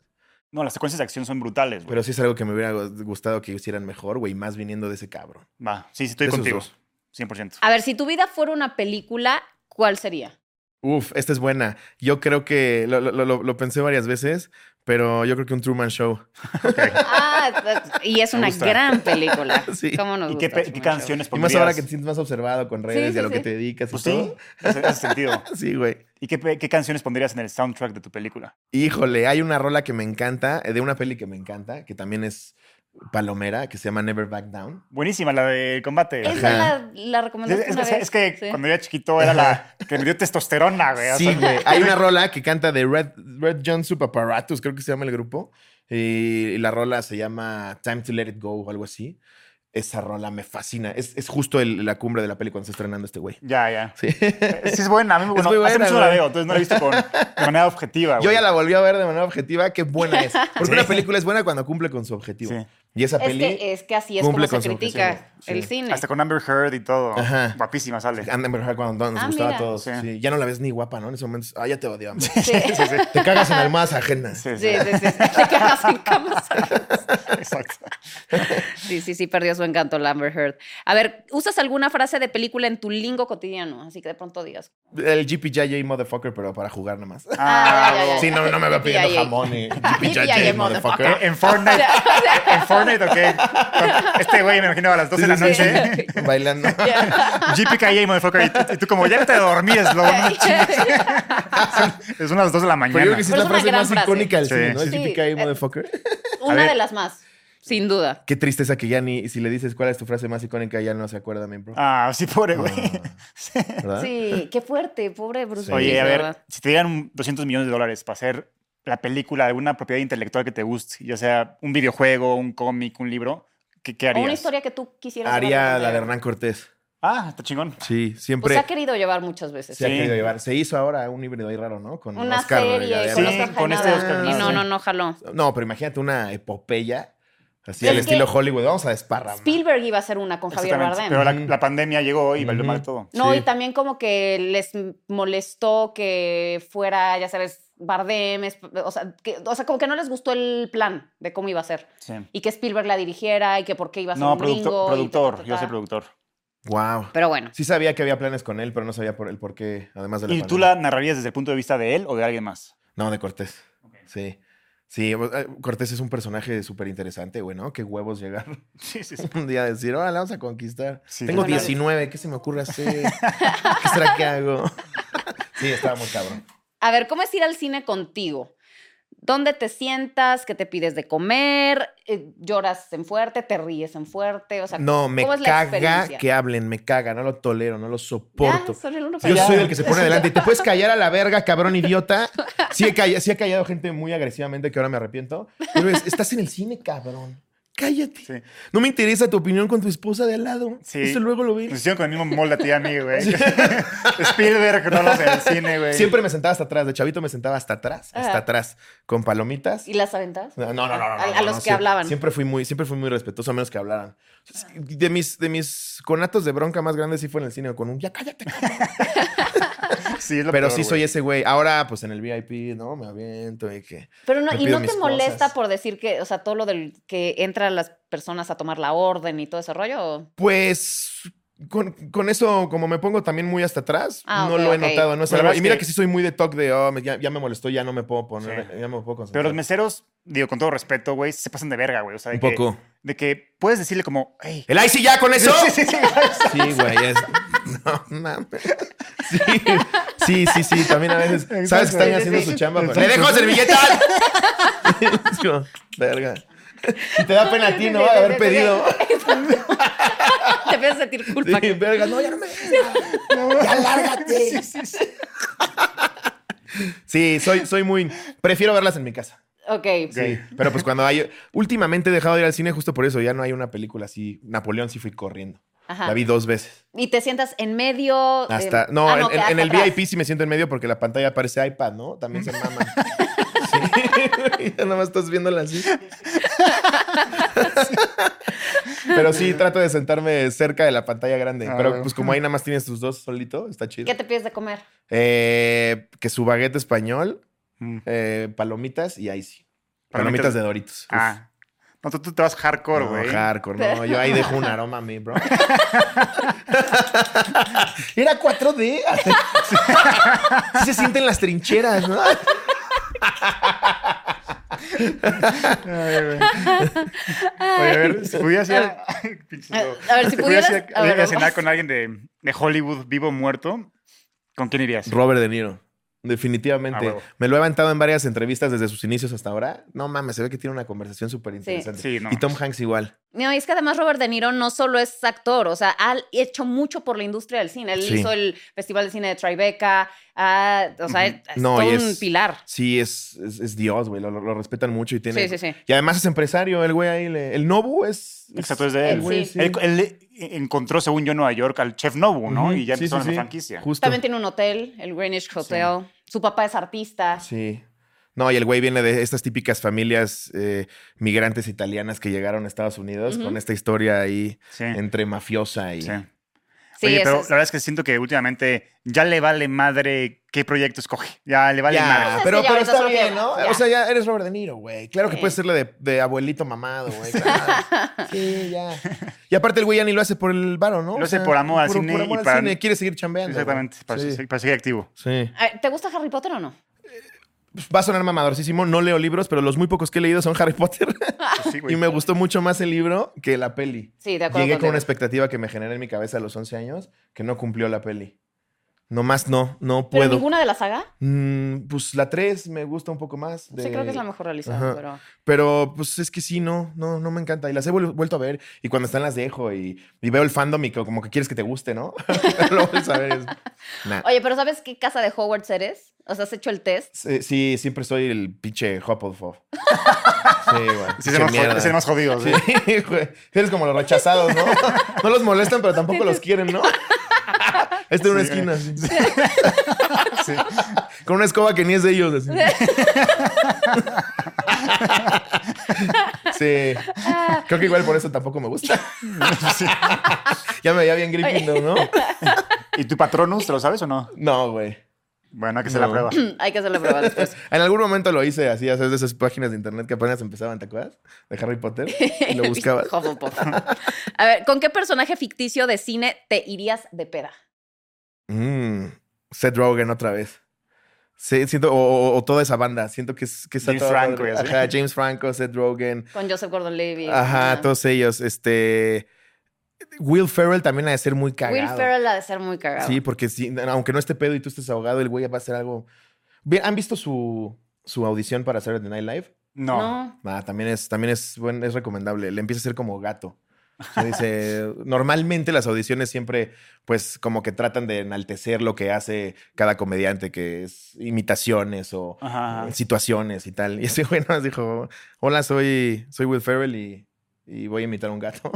Speaker 4: No, las secuencias de acción son brutales, güey.
Speaker 3: pero sí es algo que me hubiera gustado que hicieran mejor, güey, más viniendo de ese cabrón.
Speaker 4: Va, sí, sí, estoy
Speaker 3: Esos
Speaker 4: contigo.
Speaker 3: dos.
Speaker 4: 100%.
Speaker 2: A ver, si tu vida fuera una película, ¿cuál sería?
Speaker 3: Uf, esta es buena. Yo creo que lo, lo- lo- lo pensé varias veces, pero yo creo que un Truman Show.
Speaker 2: Ah, y es una
Speaker 4: gusta.
Speaker 2: gran película.
Speaker 3: Sí.
Speaker 2: ¿Cómo nos
Speaker 4: ¿Y qué,
Speaker 2: gusta
Speaker 4: pe- qué
Speaker 2: Truman Show?
Speaker 4: canciones
Speaker 3: Y más ahora
Speaker 4: pondrías?
Speaker 3: que te sientes más observado con redes
Speaker 2: Sí,
Speaker 3: y
Speaker 2: sí,
Speaker 3: a lo que
Speaker 2: sí.
Speaker 3: te dedicas y
Speaker 4: Pues sí,
Speaker 3: todo. Ah,
Speaker 4: hace, hace sentido.
Speaker 3: Sí, güey.
Speaker 4: ¿Y qué, pe- qué canciones pondrías en el soundtrack de tu película?
Speaker 3: Híjole, hay una rola que me encanta, eh, de una peli que me encanta, que también es palomera, que se llama Never Back Down.
Speaker 4: Buenísima, la de combate.
Speaker 2: Esa
Speaker 3: Ajá.
Speaker 2: la, la
Speaker 4: Es,
Speaker 2: recomendaste
Speaker 4: es-
Speaker 2: una
Speaker 4: es-
Speaker 2: vez.
Speaker 4: es que
Speaker 2: Sí.
Speaker 4: cuando yo era chiquito era la que me dio testosterona, güey. o
Speaker 3: Sí,
Speaker 4: sea,
Speaker 3: güey. Hay una rola que canta de Red, Red John Supaparatus, creo que se llama el grupo. Y la rola se llama Time to Let It Go o algo así. Esa rola me fascina. Es, es justo el- la cumbre de la peli cuando se está estrenando este güey.
Speaker 4: Ya, ya. Eh,
Speaker 3: Sí.
Speaker 4: Sí, es buena. A mí me
Speaker 3: Es
Speaker 4: bueno,
Speaker 3: muy
Speaker 4: Hace
Speaker 3: buena,
Speaker 4: mucho la
Speaker 3: güey.
Speaker 4: veo, entonces no la he visto con, de manera
Speaker 2: Ah,
Speaker 4: objetiva, güey.
Speaker 3: Yo ya la volví a ver de manera objetiva. Qué buena es. Porque
Speaker 4: Sí.
Speaker 3: una película es buena cuando cumple con su objetivo.
Speaker 4: Sí.
Speaker 3: Y esa
Speaker 2: Es
Speaker 3: peli.
Speaker 2: que, eh, es que así es como
Speaker 3: cumple
Speaker 2: se
Speaker 3: con su
Speaker 2: critica
Speaker 3: objetivo, sí.
Speaker 2: el cine.
Speaker 4: Hasta con Amber Heard y todo.
Speaker 3: Ajá.
Speaker 4: Guapísima sale.
Speaker 3: Anda en cuando nos
Speaker 2: Ah,
Speaker 3: gustaba
Speaker 2: mira.
Speaker 3: a todos.
Speaker 4: Sí.
Speaker 3: Sí, Ya no la ves ni guapa, ¿no? En ese momento, ah, ya te odiaba.
Speaker 2: Sí. Sí,
Speaker 3: Te cagas en almohadas ajenas.
Speaker 4: Sí, sí.
Speaker 2: sí, sí, sí. Te cagas en camas.
Speaker 4: Exacto.
Speaker 2: Sí, sí, sí, perdió su encanto la Amber Heard. A ver, ¿usas alguna frase de película en tu lingo cotidiano? Así que de pronto digas.
Speaker 3: El GPJJ motherfucker, pero para jugar nomás.
Speaker 2: Ah, ya, ya, ya.
Speaker 3: Sí, no, no me va pidiendo
Speaker 2: GPJJ.
Speaker 3: jamón. eh.
Speaker 2: GPJJ,
Speaker 3: GPJJ
Speaker 4: Eh,
Speaker 3: motherfucker.
Speaker 4: En Fortnite. en Fortnite, ok. Con- Este güey me imagino a las 12 de la
Speaker 3: Sí, sí, sí.
Speaker 4: noche.
Speaker 3: Bailando.
Speaker 4: GPKA, motherfucker. Y tú, y tú como, ya te dormí, es lo Es unas 2 de la
Speaker 3: Pero yo creo
Speaker 4: mañana.
Speaker 3: que sí
Speaker 2: Pero
Speaker 3: es la
Speaker 2: es una
Speaker 3: frase
Speaker 2: gran
Speaker 3: más
Speaker 2: frase.
Speaker 3: icónica del
Speaker 4: Sí.
Speaker 3: cine, ¿no? El
Speaker 2: Sí. Eh.
Speaker 3: GPJJ motherfucker.
Speaker 4: A
Speaker 2: Una
Speaker 4: ver.
Speaker 2: de las más, sin duda.
Speaker 3: Qué tristeza que ya ni, si le dices cuál es tu frase más icónica, ya no se acuerda, mi bro.
Speaker 4: Ah, sí, pobre, güey.
Speaker 3: Ah,
Speaker 4: Sí.
Speaker 3: ¿Verdad?
Speaker 2: Sí, qué fuerte, pobre Bruce
Speaker 3: Sí.
Speaker 2: Willis,
Speaker 4: Oye, a
Speaker 2: de
Speaker 4: ver,
Speaker 2: verdad.
Speaker 4: si te dieran un 200 millones de dólares para hacer la película de alguna propiedad intelectual que te guste, ya sea un videojuego, un cómic, un libro, ¿qué, qué
Speaker 2: O
Speaker 4: harías?
Speaker 2: una historia que tú quisieras.
Speaker 3: Haría
Speaker 2: ver.
Speaker 3: la de Hernán Cortés.
Speaker 4: Ah, está chingón.
Speaker 3: Sí,
Speaker 2: Pues
Speaker 3: siempre.
Speaker 2: se ha querido llevar muchas veces. ¿eh?
Speaker 3: Se ha
Speaker 4: Sí.
Speaker 3: querido llevar. Se hizo ahora un híbrido ahí raro, ¿no? Con
Speaker 2: Una
Speaker 3: Oscar
Speaker 2: serie
Speaker 3: Gallardo.
Speaker 2: con
Speaker 4: Sí,
Speaker 2: Oscar
Speaker 4: con este
Speaker 2: Jaenada.
Speaker 4: Oscar
Speaker 2: Y
Speaker 4: Jaenada,
Speaker 2: no,
Speaker 4: sí.
Speaker 2: no, no, jaló.
Speaker 3: No, pero imagínate una epopeya así
Speaker 2: Es
Speaker 3: al
Speaker 2: que-
Speaker 3: estilo Hollywood. Vamos a desparramar.
Speaker 2: Spielberg iba a hacer una con Javier
Speaker 4: Exactamente.
Speaker 2: Bardem.
Speaker 4: Pero la,
Speaker 3: Ujú.
Speaker 4: la pandemia llegó y valió
Speaker 3: Ujú.
Speaker 4: mal todo.
Speaker 2: No,
Speaker 3: Sí.
Speaker 2: y también como que les molestó que fuera, ya sabes, Bardem, es- o sea, que- o sea, como que no les gustó el plan de cómo iba a ser.
Speaker 4: Sí.
Speaker 2: Y que Spielberg la dirigiera y que por qué iba a ser
Speaker 4: No,
Speaker 2: un gringo
Speaker 4: productor,
Speaker 2: y
Speaker 4: productor.
Speaker 2: ta, ta, ta,
Speaker 4: Yo soy
Speaker 2: ta.
Speaker 4: productor.
Speaker 3: Wow.
Speaker 2: Pero bueno,
Speaker 3: Sí sabía que había planes con él, pero no sabía por el por qué, además de la
Speaker 4: ¿Y tú
Speaker 3: pandemia.
Speaker 4: la narrarías desde el punto de vista de él o de alguien más?
Speaker 3: No, de Cortés. Sí. Sí, pues, eh, Cortés es un personaje súper interesante, güey, ¿no? Qué huevos llegar
Speaker 4: Sí, sí, sí.
Speaker 3: un día a decir, órale, vamos a conquistar.
Speaker 4: Sí,
Speaker 3: Tengo
Speaker 2: totalmente.
Speaker 3: 19, ¿qué se me ocurre hacer? ¿Qué será que hago? Sí, estaba muy cabrón.
Speaker 2: a ver, ¿cómo es ir al cine contigo? ¿Dónde te sientas? ¿Qué te pides de comer? Eh, ¿Lloras en fuerte? ¿Te ríes en fuerte? O sea,
Speaker 3: No, me
Speaker 2: ¿cómo es la
Speaker 3: caga
Speaker 2: experiencia?
Speaker 3: que hablen, me caga, no lo tolero, no lo soporto.
Speaker 2: Ya, son el uno
Speaker 3: Yo
Speaker 2: para-
Speaker 3: soy el que se pone adelante. ¿Te puedes callar a la verga, cabrón idiota? Sí he, calla- sí he callado gente muy agresivamente que ahora me arrepiento. Pero es, estás en el cine, cabrón. Cállate.
Speaker 4: Sí.
Speaker 3: No me interesa tu opinión con tu esposa de al lado.
Speaker 4: Sí.
Speaker 3: Eso luego lo
Speaker 4: Nos
Speaker 3: ves.
Speaker 4: Pues hicieron con el mismo molde a ti y a mí, güey. Spielberg, no lo sé, el cine, güey.
Speaker 3: Siempre me sentaba hasta atrás. De chavito me sentaba hasta atrás, hasta
Speaker 2: Ajá.
Speaker 3: atrás, con
Speaker 2: Ah.
Speaker 3: palomitas.
Speaker 2: ¿Y las aventas?
Speaker 3: No, no, no, no. no,
Speaker 2: A- a
Speaker 3: no, no,
Speaker 2: los que
Speaker 3: siempre-
Speaker 2: hablaban.
Speaker 3: Siempre fui muy, siempre fui muy respetuoso, a menos que hablaran. De mis, de mis conatos de bronca más grandes sí fue en el cine con un ya cállate. cabrón".
Speaker 4: Sí, es lo
Speaker 3: Pero
Speaker 4: peor,
Speaker 3: sí
Speaker 4: güey.
Speaker 3: soy ese güey. Ahora, pues en el VIP, ¿no? Me aviento y que.
Speaker 2: Pero no,
Speaker 3: Me
Speaker 2: y
Speaker 3: pido
Speaker 2: no te
Speaker 3: mis
Speaker 2: molesta
Speaker 3: cosas.
Speaker 2: por decir que, o sea, todo lo del que entran las personas a tomar la orden y todo ese rollo. ¿o?
Speaker 3: Pues con, con eso, como me pongo también muy hasta atrás,
Speaker 2: Ah,
Speaker 3: no
Speaker 2: ok,
Speaker 3: lo he
Speaker 2: ok.
Speaker 3: notado. No es
Speaker 4: Pero
Speaker 3: algo-
Speaker 4: es
Speaker 3: y mira
Speaker 4: que-
Speaker 3: que... sí soy muy de talk de, oh, me- ya, ya me molestó, ya no me puedo poner,
Speaker 4: Sí.
Speaker 3: ya no me puedo
Speaker 4: Pero
Speaker 3: concentrar.
Speaker 4: los meseros, digo, con todo respeto, güey, se pasan de verga, güey. O sea, de
Speaker 3: Un
Speaker 4: que,
Speaker 3: poco.
Speaker 4: De que puedes decirle como, hey.
Speaker 3: ¿El IC ya con eso?
Speaker 4: Sí, sí, sí.
Speaker 3: Sí, güey. es- No, mames. Sí, sí, sí, sí, También a veces. Sabes que
Speaker 4: Exacto.
Speaker 3: están
Speaker 4: Sí, sí,
Speaker 3: haciendo
Speaker 4: sí.
Speaker 3: su chamba. pero- ¡Le
Speaker 4: Exacto.
Speaker 3: dejo servilletas! Es como, Verga. Y te da pena a ti, ¿no? Haber pedido.
Speaker 2: Te empiezas a sentir culpa.
Speaker 3: Sí,
Speaker 2: que-
Speaker 3: verga, no, ya no me. Ya lárgate.
Speaker 4: Sí, sí, sí.
Speaker 3: Sí, soy, soy muy. Prefiero verlas en mi casa.
Speaker 2: Ok.
Speaker 3: Sí, pero pues cuando hay. Últimamente he dejado de ir al cine justo por eso. Ya no hay una película así. Napoleón sí fui corriendo.
Speaker 2: Ajá.
Speaker 3: La vi dos veces.
Speaker 2: Y te sientas en medio. eh,
Speaker 3: Hasta. no,
Speaker 2: ah,
Speaker 3: en-
Speaker 2: te
Speaker 3: en,
Speaker 2: das
Speaker 3: en el
Speaker 2: atrás.
Speaker 3: VIP sí me siento en medio porque la pantalla parece iPad, ¿no? También se maman. sí. ya nomás estás viéndola así. Pero sí, trato de sentarme cerca de la pantalla grande.
Speaker 4: Ah,
Speaker 3: pero
Speaker 4: bueno.
Speaker 3: pues como ahí nada más tienes tus dos solito, está chido.
Speaker 2: ¿Qué te pides de comer?
Speaker 3: Eh, que su baguette español,
Speaker 4: Mm.
Speaker 3: eh, palomitas y icy. Palomitas,
Speaker 4: Palomitas
Speaker 3: de Doritos.
Speaker 4: Ah. No, tú, tú te vas hardcore,
Speaker 3: Uf.
Speaker 4: güey.
Speaker 3: no, hardcore, no. Yo ahí dejo un aroma a mí, bro. Era 4D. Sí se sienten las trincheras, ¿no?
Speaker 4: Ay, güey. Oye, a ver, si pudieras ir a, Pinches
Speaker 2: A-
Speaker 4: lobos.
Speaker 2: Ah, a ver, si
Speaker 4: pudieras ir
Speaker 2: pudieras-
Speaker 4: a,
Speaker 2: a ver,
Speaker 4: a cenar
Speaker 2: vamos.
Speaker 4: con alguien de, de Hollywood, vivo o muerto, ¿con quién irías?
Speaker 3: Robert De Niro.
Speaker 4: A
Speaker 3: Definitivamente.
Speaker 4: Ah, huevo.
Speaker 3: Me lo he aventado en varias entrevistas desde sus inicios hasta ahora. No mames, se ve que tiene una conversación súper interesante.
Speaker 4: Sí, no.
Speaker 3: Y Tom Hanks igual.
Speaker 2: No, y es que además Robert De Niro no solo es actor, o sea, ha hecho mucho por la industria del cine. Él
Speaker 3: Sí.
Speaker 2: hizo el Festival de Cine de Tribeca, ah, o sea,
Speaker 4: Ujú.
Speaker 2: es
Speaker 3: No,
Speaker 2: todo
Speaker 3: y
Speaker 2: un
Speaker 3: es-
Speaker 2: pilar.
Speaker 3: Sí, es, es, es Dios, güey. Lo, lo- lo respetan mucho y tiene.
Speaker 2: Sí, sí, sí.
Speaker 3: Y además es empresario, el güey ahí. le- El Nobu es. es-
Speaker 4: Exacto, es de
Speaker 2: Sí,
Speaker 4: él.
Speaker 3: güey,
Speaker 2: sí.
Speaker 4: Él, él encontró, según yo, en Nueva York al chef Nobu, ¿no?
Speaker 3: Ujú,
Speaker 4: Y ya
Speaker 3: sí,
Speaker 4: empezaron
Speaker 3: sí,
Speaker 4: en
Speaker 3: sí.
Speaker 4: la franquicia.
Speaker 3: Justo.
Speaker 2: También tiene un hotel, el Greenwich Hotel. Su papá es artista.
Speaker 3: Sí. No, y el güey viene de estas típicas familias eh, migrantes italianas que llegaron a Estados Unidos
Speaker 2: Ujú.
Speaker 3: con esta historia ahí
Speaker 4: Sí,
Speaker 3: entre mafiosa y.
Speaker 4: sí.
Speaker 2: Sí,
Speaker 4: Oye,
Speaker 2: ese
Speaker 4: pero
Speaker 2: es-
Speaker 4: la verdad es que siento que últimamente ya le vale madre qué proyecto escoge. Ya le vale
Speaker 3: Ya, Ah,
Speaker 4: madre.
Speaker 2: Sí,
Speaker 3: pero,
Speaker 2: ya
Speaker 3: pero
Speaker 2: ahorita
Speaker 3: está
Speaker 2: solo
Speaker 3: bien,
Speaker 2: lleva,
Speaker 3: ¿no?
Speaker 2: ya.
Speaker 3: O sea, ya eres Robert De Niro, güey. Claro que
Speaker 2: Sí.
Speaker 3: puedes serle de, de abuelito mamado, güey. claro. Sí, ya. Y aparte el güey ya ni lo hace por el varo, ¿no?
Speaker 4: Lo
Speaker 3: O
Speaker 4: hace
Speaker 3: sea,
Speaker 4: por amor al cine
Speaker 3: Por
Speaker 4: y
Speaker 3: amor al
Speaker 4: para-
Speaker 3: cine. Quiere seguir chambeando. güey.
Speaker 4: Exactamente, para,
Speaker 3: Sí.
Speaker 4: se- para seguir activo.
Speaker 3: Sí.
Speaker 2: A ver, Ah, ¿Te gusta Harry Potter o no?
Speaker 3: Pues Va a sonar mamadorcísimo. No leo libros, pero los muy pocos que he leído son Harry Potter.
Speaker 4: Pues sí, güey.
Speaker 3: y me gustó mucho más el libro que la peli.
Speaker 2: Sí, de acuerdo.
Speaker 3: Llegué con
Speaker 2: contigo.
Speaker 3: una expectativa que me generé en mi cabeza a los 11 años que no cumplió la peli. Nomás no,
Speaker 2: ¿Pero
Speaker 3: no puedo.
Speaker 2: ninguna de la saga?
Speaker 3: Mm, pues la 3 me gusta un poco más.
Speaker 2: Sí,
Speaker 3: de-
Speaker 2: creo que es la mejor realizada,
Speaker 3: Ajá.
Speaker 2: pero...
Speaker 3: Pero pues es que sí, no, no, no me encanta. Y las he vuel- vuelto a ver y cuando están las dejo y, y veo el fandom y co- como que quieres que te guste, ¿no? Lo vuelves a ver. y es- nah.
Speaker 2: Oye, ¿pero sabes qué casa de Hogwarts eres? O sea, ¿has hecho el test?
Speaker 3: Sí, sí, siempre soy el pinche Hufflepuff. Sí, güey.
Speaker 4: Sí,
Speaker 3: Sí,
Speaker 4: es el más, jod- es el más jodido. sí.
Speaker 3: Sí, güey. Eres como los rechazados, ¿no? No los molestan, pero tampoco los quieren, ¿no? Este en una
Speaker 4: Sí,
Speaker 3: esquina, así.
Speaker 4: Sí.
Speaker 3: Con una escoba que ni es de ellos, así. Sí. Creo que igual por eso tampoco me gusta. Ya me veía bien Gryffindor, ¿no?
Speaker 4: ¿Y tu patronus, te lo sabes o no?
Speaker 3: No, güey.
Speaker 4: Bueno, hay que hacer la
Speaker 3: No.
Speaker 4: prueba.
Speaker 2: Mm, Hay que hacer la prueba después.
Speaker 3: En algún momento lo hice así, ya sabes, de esas páginas de internet que apenas empezaban, ¿te acuerdas? De Harry Potter. Y lo buscabas.
Speaker 2: Hufflepuff. A ver, ¿con qué personaje ficticio de cine te irías de peda?
Speaker 3: Mm, Seth Rogen otra vez. Sí, siento, o, o- o toda esa banda. Siento que es. Que está
Speaker 4: James
Speaker 3: toda-
Speaker 4: Franco y así.
Speaker 3: Ajá, James Franco, Seth Rogen.
Speaker 2: Con Joseph Gordon-Levitt.
Speaker 3: Ajá,
Speaker 2: Ah.
Speaker 3: todos ellos. Este. Will Ferrell también ha de ser muy cagado.
Speaker 2: Will Ferrell ha de ser muy cagado.
Speaker 3: Sí, porque si- aunque no esté pedo y tú estés ahogado, el güey va a hacer algo. Ve- ¿Han visto su, su audición para Saturday Night Live?
Speaker 4: No.
Speaker 2: No.
Speaker 3: Ah, también es, también es, buen- es recomendable. Le empieza a ser como gato. O sea, dice, normalmente las audiciones siempre, pues, como que tratan de enaltecer lo que hace cada comediante, que es imitaciones o
Speaker 4: Ajá.
Speaker 3: eh, situaciones y tal. Y ese güey nada más dijo, hola, soy, soy Will Ferrell y, y voy a imitar a un gato.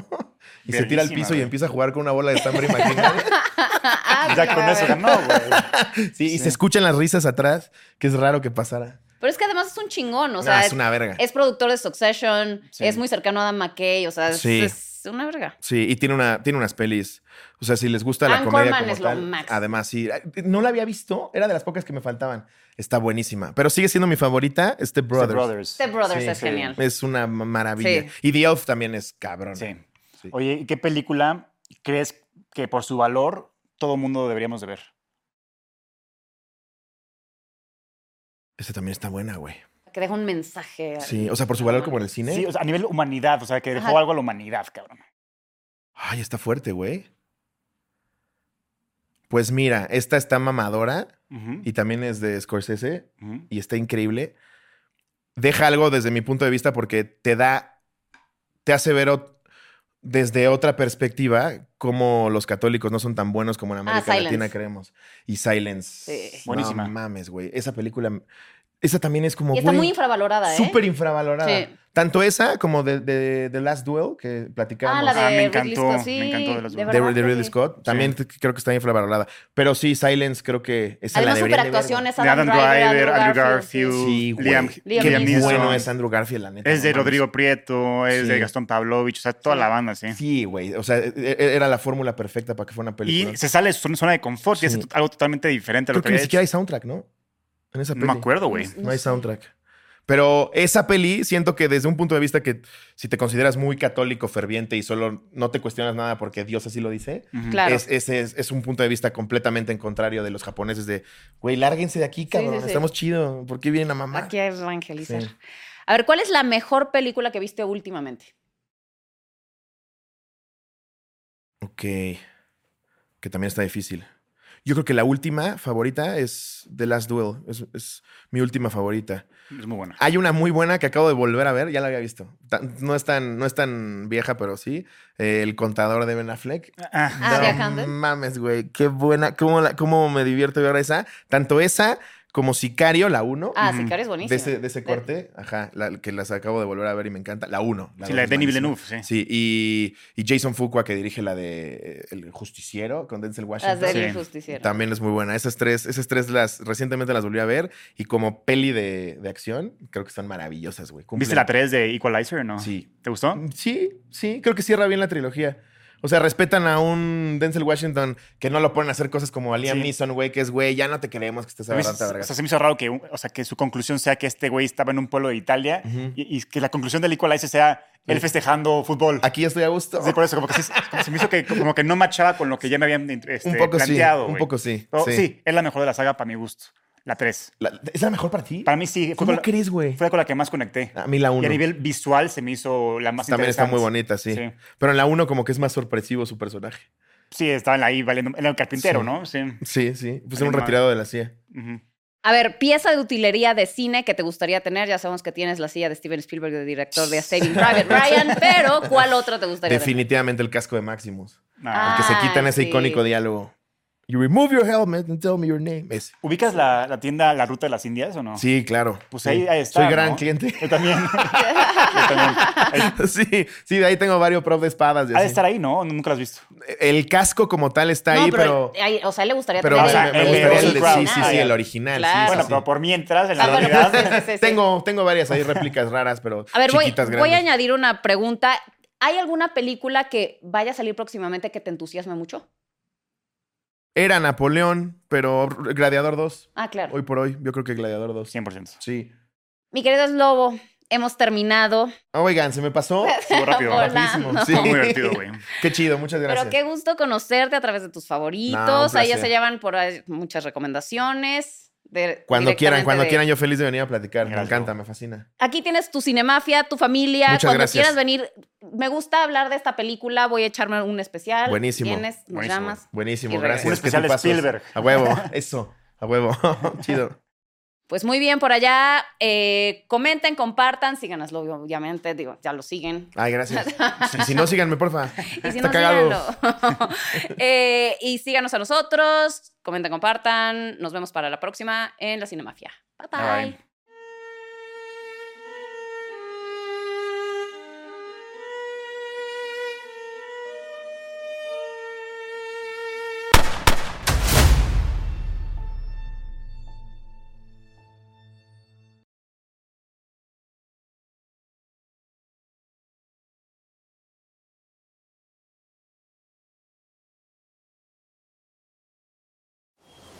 Speaker 3: y se tira al
Speaker 4: Verguísima,
Speaker 3: piso y
Speaker 4: güey.
Speaker 3: empieza a jugar con una bola de estambre imaginaria.
Speaker 2: Ah,
Speaker 4: Ya
Speaker 2: mira,
Speaker 4: con
Speaker 2: a
Speaker 4: eso
Speaker 2: ver.
Speaker 4: ganó, güey.
Speaker 3: sí, y
Speaker 4: Sí.
Speaker 3: se escuchan las risas atrás, que es raro que pasara.
Speaker 2: Pero es que además es un chingón, o
Speaker 3: Nah,
Speaker 2: sea,
Speaker 3: es una verga.
Speaker 2: es productor de Succession,
Speaker 4: Sí.
Speaker 2: es muy cercano a Adam McKay, o sea, es,
Speaker 3: Sí.
Speaker 2: es una verga.
Speaker 3: Sí, y tiene, una, tiene unas pelis. O sea, si les gusta la
Speaker 2: Anchorman
Speaker 3: comedia como
Speaker 2: es lo
Speaker 3: tal,
Speaker 2: máximo.
Speaker 3: Además, sí. No la había visto. Era de las pocas que me faltaban. Está buenísima. Pero sigue siendo mi favorita, Step Brothers.
Speaker 4: Brothers. Brothers.
Speaker 2: The Este Brothers
Speaker 3: Sí,
Speaker 2: es
Speaker 4: sí.
Speaker 2: genial.
Speaker 3: Es una ma- maravilla.
Speaker 2: Sí.
Speaker 3: Y The Elf también es cabrón.
Speaker 4: Sí.
Speaker 3: Sí.
Speaker 4: Oye, ¿y ¿qué película crees que por su valor todo mundo deberíamos de ver?
Speaker 3: Esa también está buena, güey.
Speaker 2: Que deja un mensaje.
Speaker 3: Sí, o sea, por su valor como en el cine.
Speaker 4: Sí, o sea, a nivel humanidad, o sea, que dejó
Speaker 2: Ajá.
Speaker 4: algo a la humanidad, cabrón.
Speaker 3: Ay, está fuerte, güey. Pues mira, esta está mamadora
Speaker 4: Ujú,
Speaker 3: y también es de Scorsese.
Speaker 4: ujú.
Speaker 3: y está increíble, deja algo desde mi punto de vista porque te da, te hace ver ot- desde otra perspectiva cómo los católicos no son tan buenos como en América
Speaker 2: Ah, Silence.
Speaker 3: Latina creemos. Y Silence.
Speaker 2: Sí.
Speaker 3: No
Speaker 4: Buenísima.
Speaker 3: mames, güey. Esa película Esa también es como.
Speaker 2: Y está
Speaker 3: güey,
Speaker 2: muy infravalorada, ¿eh?
Speaker 3: Súper infravalorada.
Speaker 2: Sí.
Speaker 3: Tanto esa como de, de- The Last Duel que platicamos.
Speaker 2: Ah, la de
Speaker 4: Ah, me
Speaker 2: Ridley
Speaker 4: encantó,
Speaker 2: Scott,
Speaker 4: me
Speaker 2: sí,
Speaker 4: encantó de las dos.
Speaker 3: de,
Speaker 2: verdad
Speaker 3: de
Speaker 2: que
Speaker 3: Ridley
Speaker 2: sí.
Speaker 3: Scott. También t- creo que está infravalorada. Pero sí, Silence creo que esa
Speaker 2: Además,
Speaker 3: la deberían
Speaker 2: super
Speaker 3: de ver, güey.
Speaker 2: actuaciones.
Speaker 4: De Adam Driver, Andrew Garfield,
Speaker 3: Sí, güey.
Speaker 4: Liam,
Speaker 3: Qué
Speaker 2: Liam
Speaker 4: Liam
Speaker 2: Neeson.
Speaker 3: Bueno,
Speaker 4: Neeson.
Speaker 3: es Andrew Garfield, la neta.
Speaker 4: Es de
Speaker 3: no mames.
Speaker 4: Rodrigo Prieto, es
Speaker 3: Sí.
Speaker 4: de Gastón Pavlovich, o sea, toda
Speaker 2: Sí.
Speaker 4: la banda, sí.
Speaker 3: Sí, güey. O sea, e- e- era la fórmula perfecta para que fuera una película.
Speaker 4: Y se sale de su zona de confort y
Speaker 3: Sí.
Speaker 4: hace to- algo totalmente diferente a lo
Speaker 3: Creo
Speaker 4: que,
Speaker 3: que ni
Speaker 4: había
Speaker 3: siquiera hay
Speaker 4: hecho.
Speaker 3: soundtrack, ¿no? En esa
Speaker 4: No
Speaker 3: película.
Speaker 4: me acuerdo, güey.
Speaker 3: No hay soundtrack. Pero esa peli, siento que desde un punto de vista que si te consideras muy católico, ferviente y solo no te cuestionas nada porque Dios así lo dice,
Speaker 4: Ujú.
Speaker 2: Claro.
Speaker 3: es, ese es, es un punto de vista completamente en contrario de los japoneses de, güey, lárguense de aquí, cabrón,
Speaker 2: sí, sí.
Speaker 3: estamos chido, ¿por qué vienen a mamá?
Speaker 2: Aquí es evangelizar.
Speaker 3: Sí.
Speaker 2: A ver, ¿cuál es la mejor película que viste últimamente?
Speaker 3: Ok, que también está difícil. Yo creo que la última favorita es The Last Duel, es, es mi última favorita.
Speaker 4: Es muy buena.
Speaker 3: Hay una muy buena que acabo de volver a ver, ya la había visto. Ta- No es tan, no es tan vieja, pero sí. eh, el contador de Ben Affleck.
Speaker 4: Ah,
Speaker 2: Ah,
Speaker 3: No
Speaker 2: de Handel.
Speaker 3: Mames, güey. Qué buena. ¿Cómo, la- cómo me divierto ver esa? Tanto esa como Sicario, la 1.
Speaker 2: Ah,
Speaker 4: Ujú.
Speaker 2: Sicario es
Speaker 3: Mm, de,
Speaker 2: buenísima.
Speaker 3: ese, de ese corte. Ajá. la- que las acabo de volver a ver y me encanta. La 1.
Speaker 4: sí, la de Denis Villeneuve, sí.
Speaker 3: Sí, y, y Jason Fuqua, que dirige la de eh, El Justiciero con Denzel
Speaker 2: Las
Speaker 3: Washington.
Speaker 2: del
Speaker 4: Sí.
Speaker 2: Justiciero.
Speaker 3: También es muy buena. Esas tres, esas tres las recientemente las volví a ver y como peli de, de acción, creo que están maravillosas, güey. Cumplen-
Speaker 4: ¿Viste la 3 de Equalizer o no?
Speaker 3: Sí.
Speaker 4: ¿Te gustó?
Speaker 3: Sí, sí, creo que cierra bien la trilogía. O sea, respetan a un Denzel Washington que no lo ponen a hacer cosas como a Liam
Speaker 4: Sí.
Speaker 3: Neeson, güey, que es, güey, ya no te queremos que estés
Speaker 4: A mí se-
Speaker 3: agarrando a
Speaker 4: o sea, se me hizo raro que, o sea, que su conclusión sea que este güey estaba en un pueblo de Italia
Speaker 3: Ujú.
Speaker 4: y, y que la conclusión del Equalizer sea él
Speaker 3: Sí.
Speaker 4: festejando fútbol.
Speaker 3: Aquí ya estoy a gusto.
Speaker 4: Sí, por eso, como que sí- como se me hizo que, como que no machaba con lo que ya me habían este,
Speaker 3: un poco
Speaker 4: planteado.
Speaker 3: sí, un
Speaker 4: güey.
Speaker 3: poco sí.
Speaker 4: Pero
Speaker 3: sí.
Speaker 4: sí, es la mejor de la saga para mi gusto. La 3.
Speaker 3: La- ¿Es la mejor para ti?
Speaker 4: Para mí sí, fue,
Speaker 3: ¿Cómo
Speaker 4: con la,
Speaker 3: crees, güey?
Speaker 4: fue con la que más conecté.
Speaker 3: A mí la
Speaker 4: Y a
Speaker 3: 1.
Speaker 4: nivel visual se me hizo la más
Speaker 3: También está
Speaker 4: interesante.
Speaker 3: muy bonita, sí.
Speaker 4: Sí.
Speaker 3: Pero en la 1 como que es más sorpresivo su personaje.
Speaker 4: Sí, estaban ahí valiendo. Era el carpintero,
Speaker 3: Sí.
Speaker 4: ¿no? Sí.
Speaker 3: Sí, sí. Pues
Speaker 4: Ahí
Speaker 3: era un
Speaker 4: va.
Speaker 3: retirado de la CIA.
Speaker 4: Ujú.
Speaker 2: A ver, pieza de utilería de cine que te gustaría tener. Ya sabemos que tienes la silla de Steven Spielberg, de director de Saving Private Ryan, pero ¿cuál otra te gustaría tener?
Speaker 3: Definitivamente el casco de Maximus.
Speaker 4: Ah.
Speaker 3: el que se
Speaker 2: Ah,
Speaker 3: quitan ese
Speaker 2: sí.
Speaker 3: icónico diálogo. You remove your helmet and tell me your name. Ese.
Speaker 4: ¿Ubicas la, la tienda La Ruta de las Indias o no?
Speaker 3: Sí, claro.
Speaker 4: Pues
Speaker 3: Sí.
Speaker 4: ahí- ahí está,
Speaker 3: Soy gran
Speaker 4: ¿no?
Speaker 3: cliente.
Speaker 4: Yo también. Yo también.
Speaker 3: sí, sí, de ahí tengo varios props de espadas. y
Speaker 4: Ha de
Speaker 3: así.
Speaker 4: estar ahí, ¿no? Nunca la has visto.
Speaker 3: El casco como tal está
Speaker 2: No,
Speaker 3: ahí,
Speaker 2: pero,
Speaker 3: pero.
Speaker 2: ay, o sea, le gustaría
Speaker 3: Pero
Speaker 2: tener
Speaker 3: me,
Speaker 4: sea,
Speaker 2: el-
Speaker 3: me
Speaker 4: el
Speaker 3: gustaría
Speaker 4: de
Speaker 3: el de-
Speaker 4: Russell
Speaker 3: sí, sí,
Speaker 4: Crowe.
Speaker 3: sí,
Speaker 4: Ah,
Speaker 3: el
Speaker 4: ya.
Speaker 3: original.
Speaker 2: Claro.
Speaker 3: sí, sí,
Speaker 4: bueno,
Speaker 3: sí.
Speaker 4: pero por mientras, en la
Speaker 2: Ah, bueno,
Speaker 4: realidad.
Speaker 2: sí, sí, sí, sí.
Speaker 3: Tengo, tengo varias ahí réplicas raras, pero
Speaker 2: A ver, voy,
Speaker 3: chiquitas,
Speaker 2: voy a
Speaker 3: grandes.
Speaker 2: añadir una pregunta. ¿Hay alguna película que vaya a salir próximamente que te entusiasme mucho?
Speaker 3: Era Napoleón, pero Gladiador 2.
Speaker 2: Ah, claro.
Speaker 3: Hoy por hoy, yo creo que Gladiador 2.
Speaker 4: 100%.
Speaker 3: Sí.
Speaker 2: Mi querido es Lobo, hemos terminado.
Speaker 3: Oigan, se me pasó.
Speaker 4: Estuvo rápido.
Speaker 2: Hola.
Speaker 3: Rapidísimo.
Speaker 2: No.
Speaker 3: Sí.
Speaker 4: Estuvo muy divertido, güey.
Speaker 3: Qué chido, muchas gracias.
Speaker 2: Pero qué gusto conocerte a través de tus
Speaker 3: No, un
Speaker 2: favoritos.
Speaker 3: placer.
Speaker 2: Ahí ya se llevan por ahí muchas recomendaciones. de-
Speaker 3: Cuando quieran,
Speaker 2: directamente
Speaker 3: cuando
Speaker 2: de-
Speaker 3: quieran, yo feliz de venir a platicar. Me
Speaker 4: Gracias.
Speaker 3: encanta, me fascina.
Speaker 2: Aquí tienes tu cinemafia, tu familia.
Speaker 3: Muchas
Speaker 2: cuando
Speaker 3: gracias.
Speaker 2: quieras venir, me gusta hablar de esta película. Voy a echarme un especial.
Speaker 3: Buenísimo.
Speaker 2: Vienes, nos
Speaker 4: Buenísimo.
Speaker 2: llamas.
Speaker 3: Buenísimo,
Speaker 2: Y regreso.
Speaker 3: gracias.
Speaker 4: Un
Speaker 3: Que
Speaker 4: especial
Speaker 3: tú pases.
Speaker 4: Spielberg.
Speaker 3: A huevo, eso. A huevo. chido.
Speaker 2: Pues muy bien, por allá. eh, comenten, compartan, síganoslo, obviamente. Digo, ya lo siguen.
Speaker 3: Ay, gracias. Y si no, síganme, porfa.
Speaker 2: Y si
Speaker 3: Está
Speaker 2: no,
Speaker 3: cagado.
Speaker 2: síganlo. Eh, y síganos a nosotros. Comenten, compartan. Nos vemos para la próxima en la Cinemafia. Bye bye.
Speaker 4: Bye,
Speaker 2: bye.
Speaker 4: bye.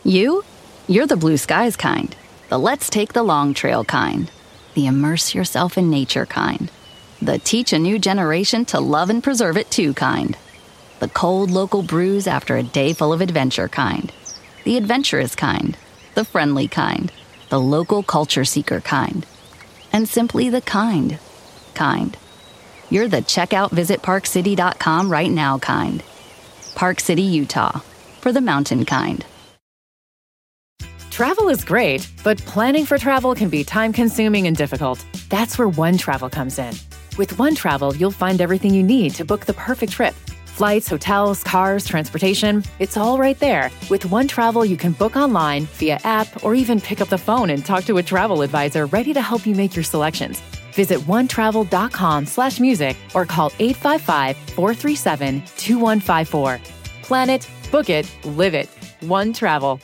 Speaker 5: You? You're the blue skies kind, the let's take the long trail kind, the immerse yourself in nature kind, the teach a new generation to love and preserve it too kind, the cold local brews after a day full of adventure kind, the adventurous kind, the friendly kind, the local culture seeker kind, and simply the kind, kind. You're the checkout visit parkcity.com right now kind. Park City, Utah, for the mountain kind.
Speaker 1: Travel is great, but planning for travel can be time consuming and difficult. That's where One Travel comes in. With One Travel, you'll find everything you need to book the perfect trip Flights, hotels, cars, transportation, it's all right there. With One Travel, you can book online, via app, or even pick up the phone and talk to a travel advisor ready to help you make your selections. Visit onetravel.com slash music or call 855-437-2154. Plan it, book it, live it. One Travel.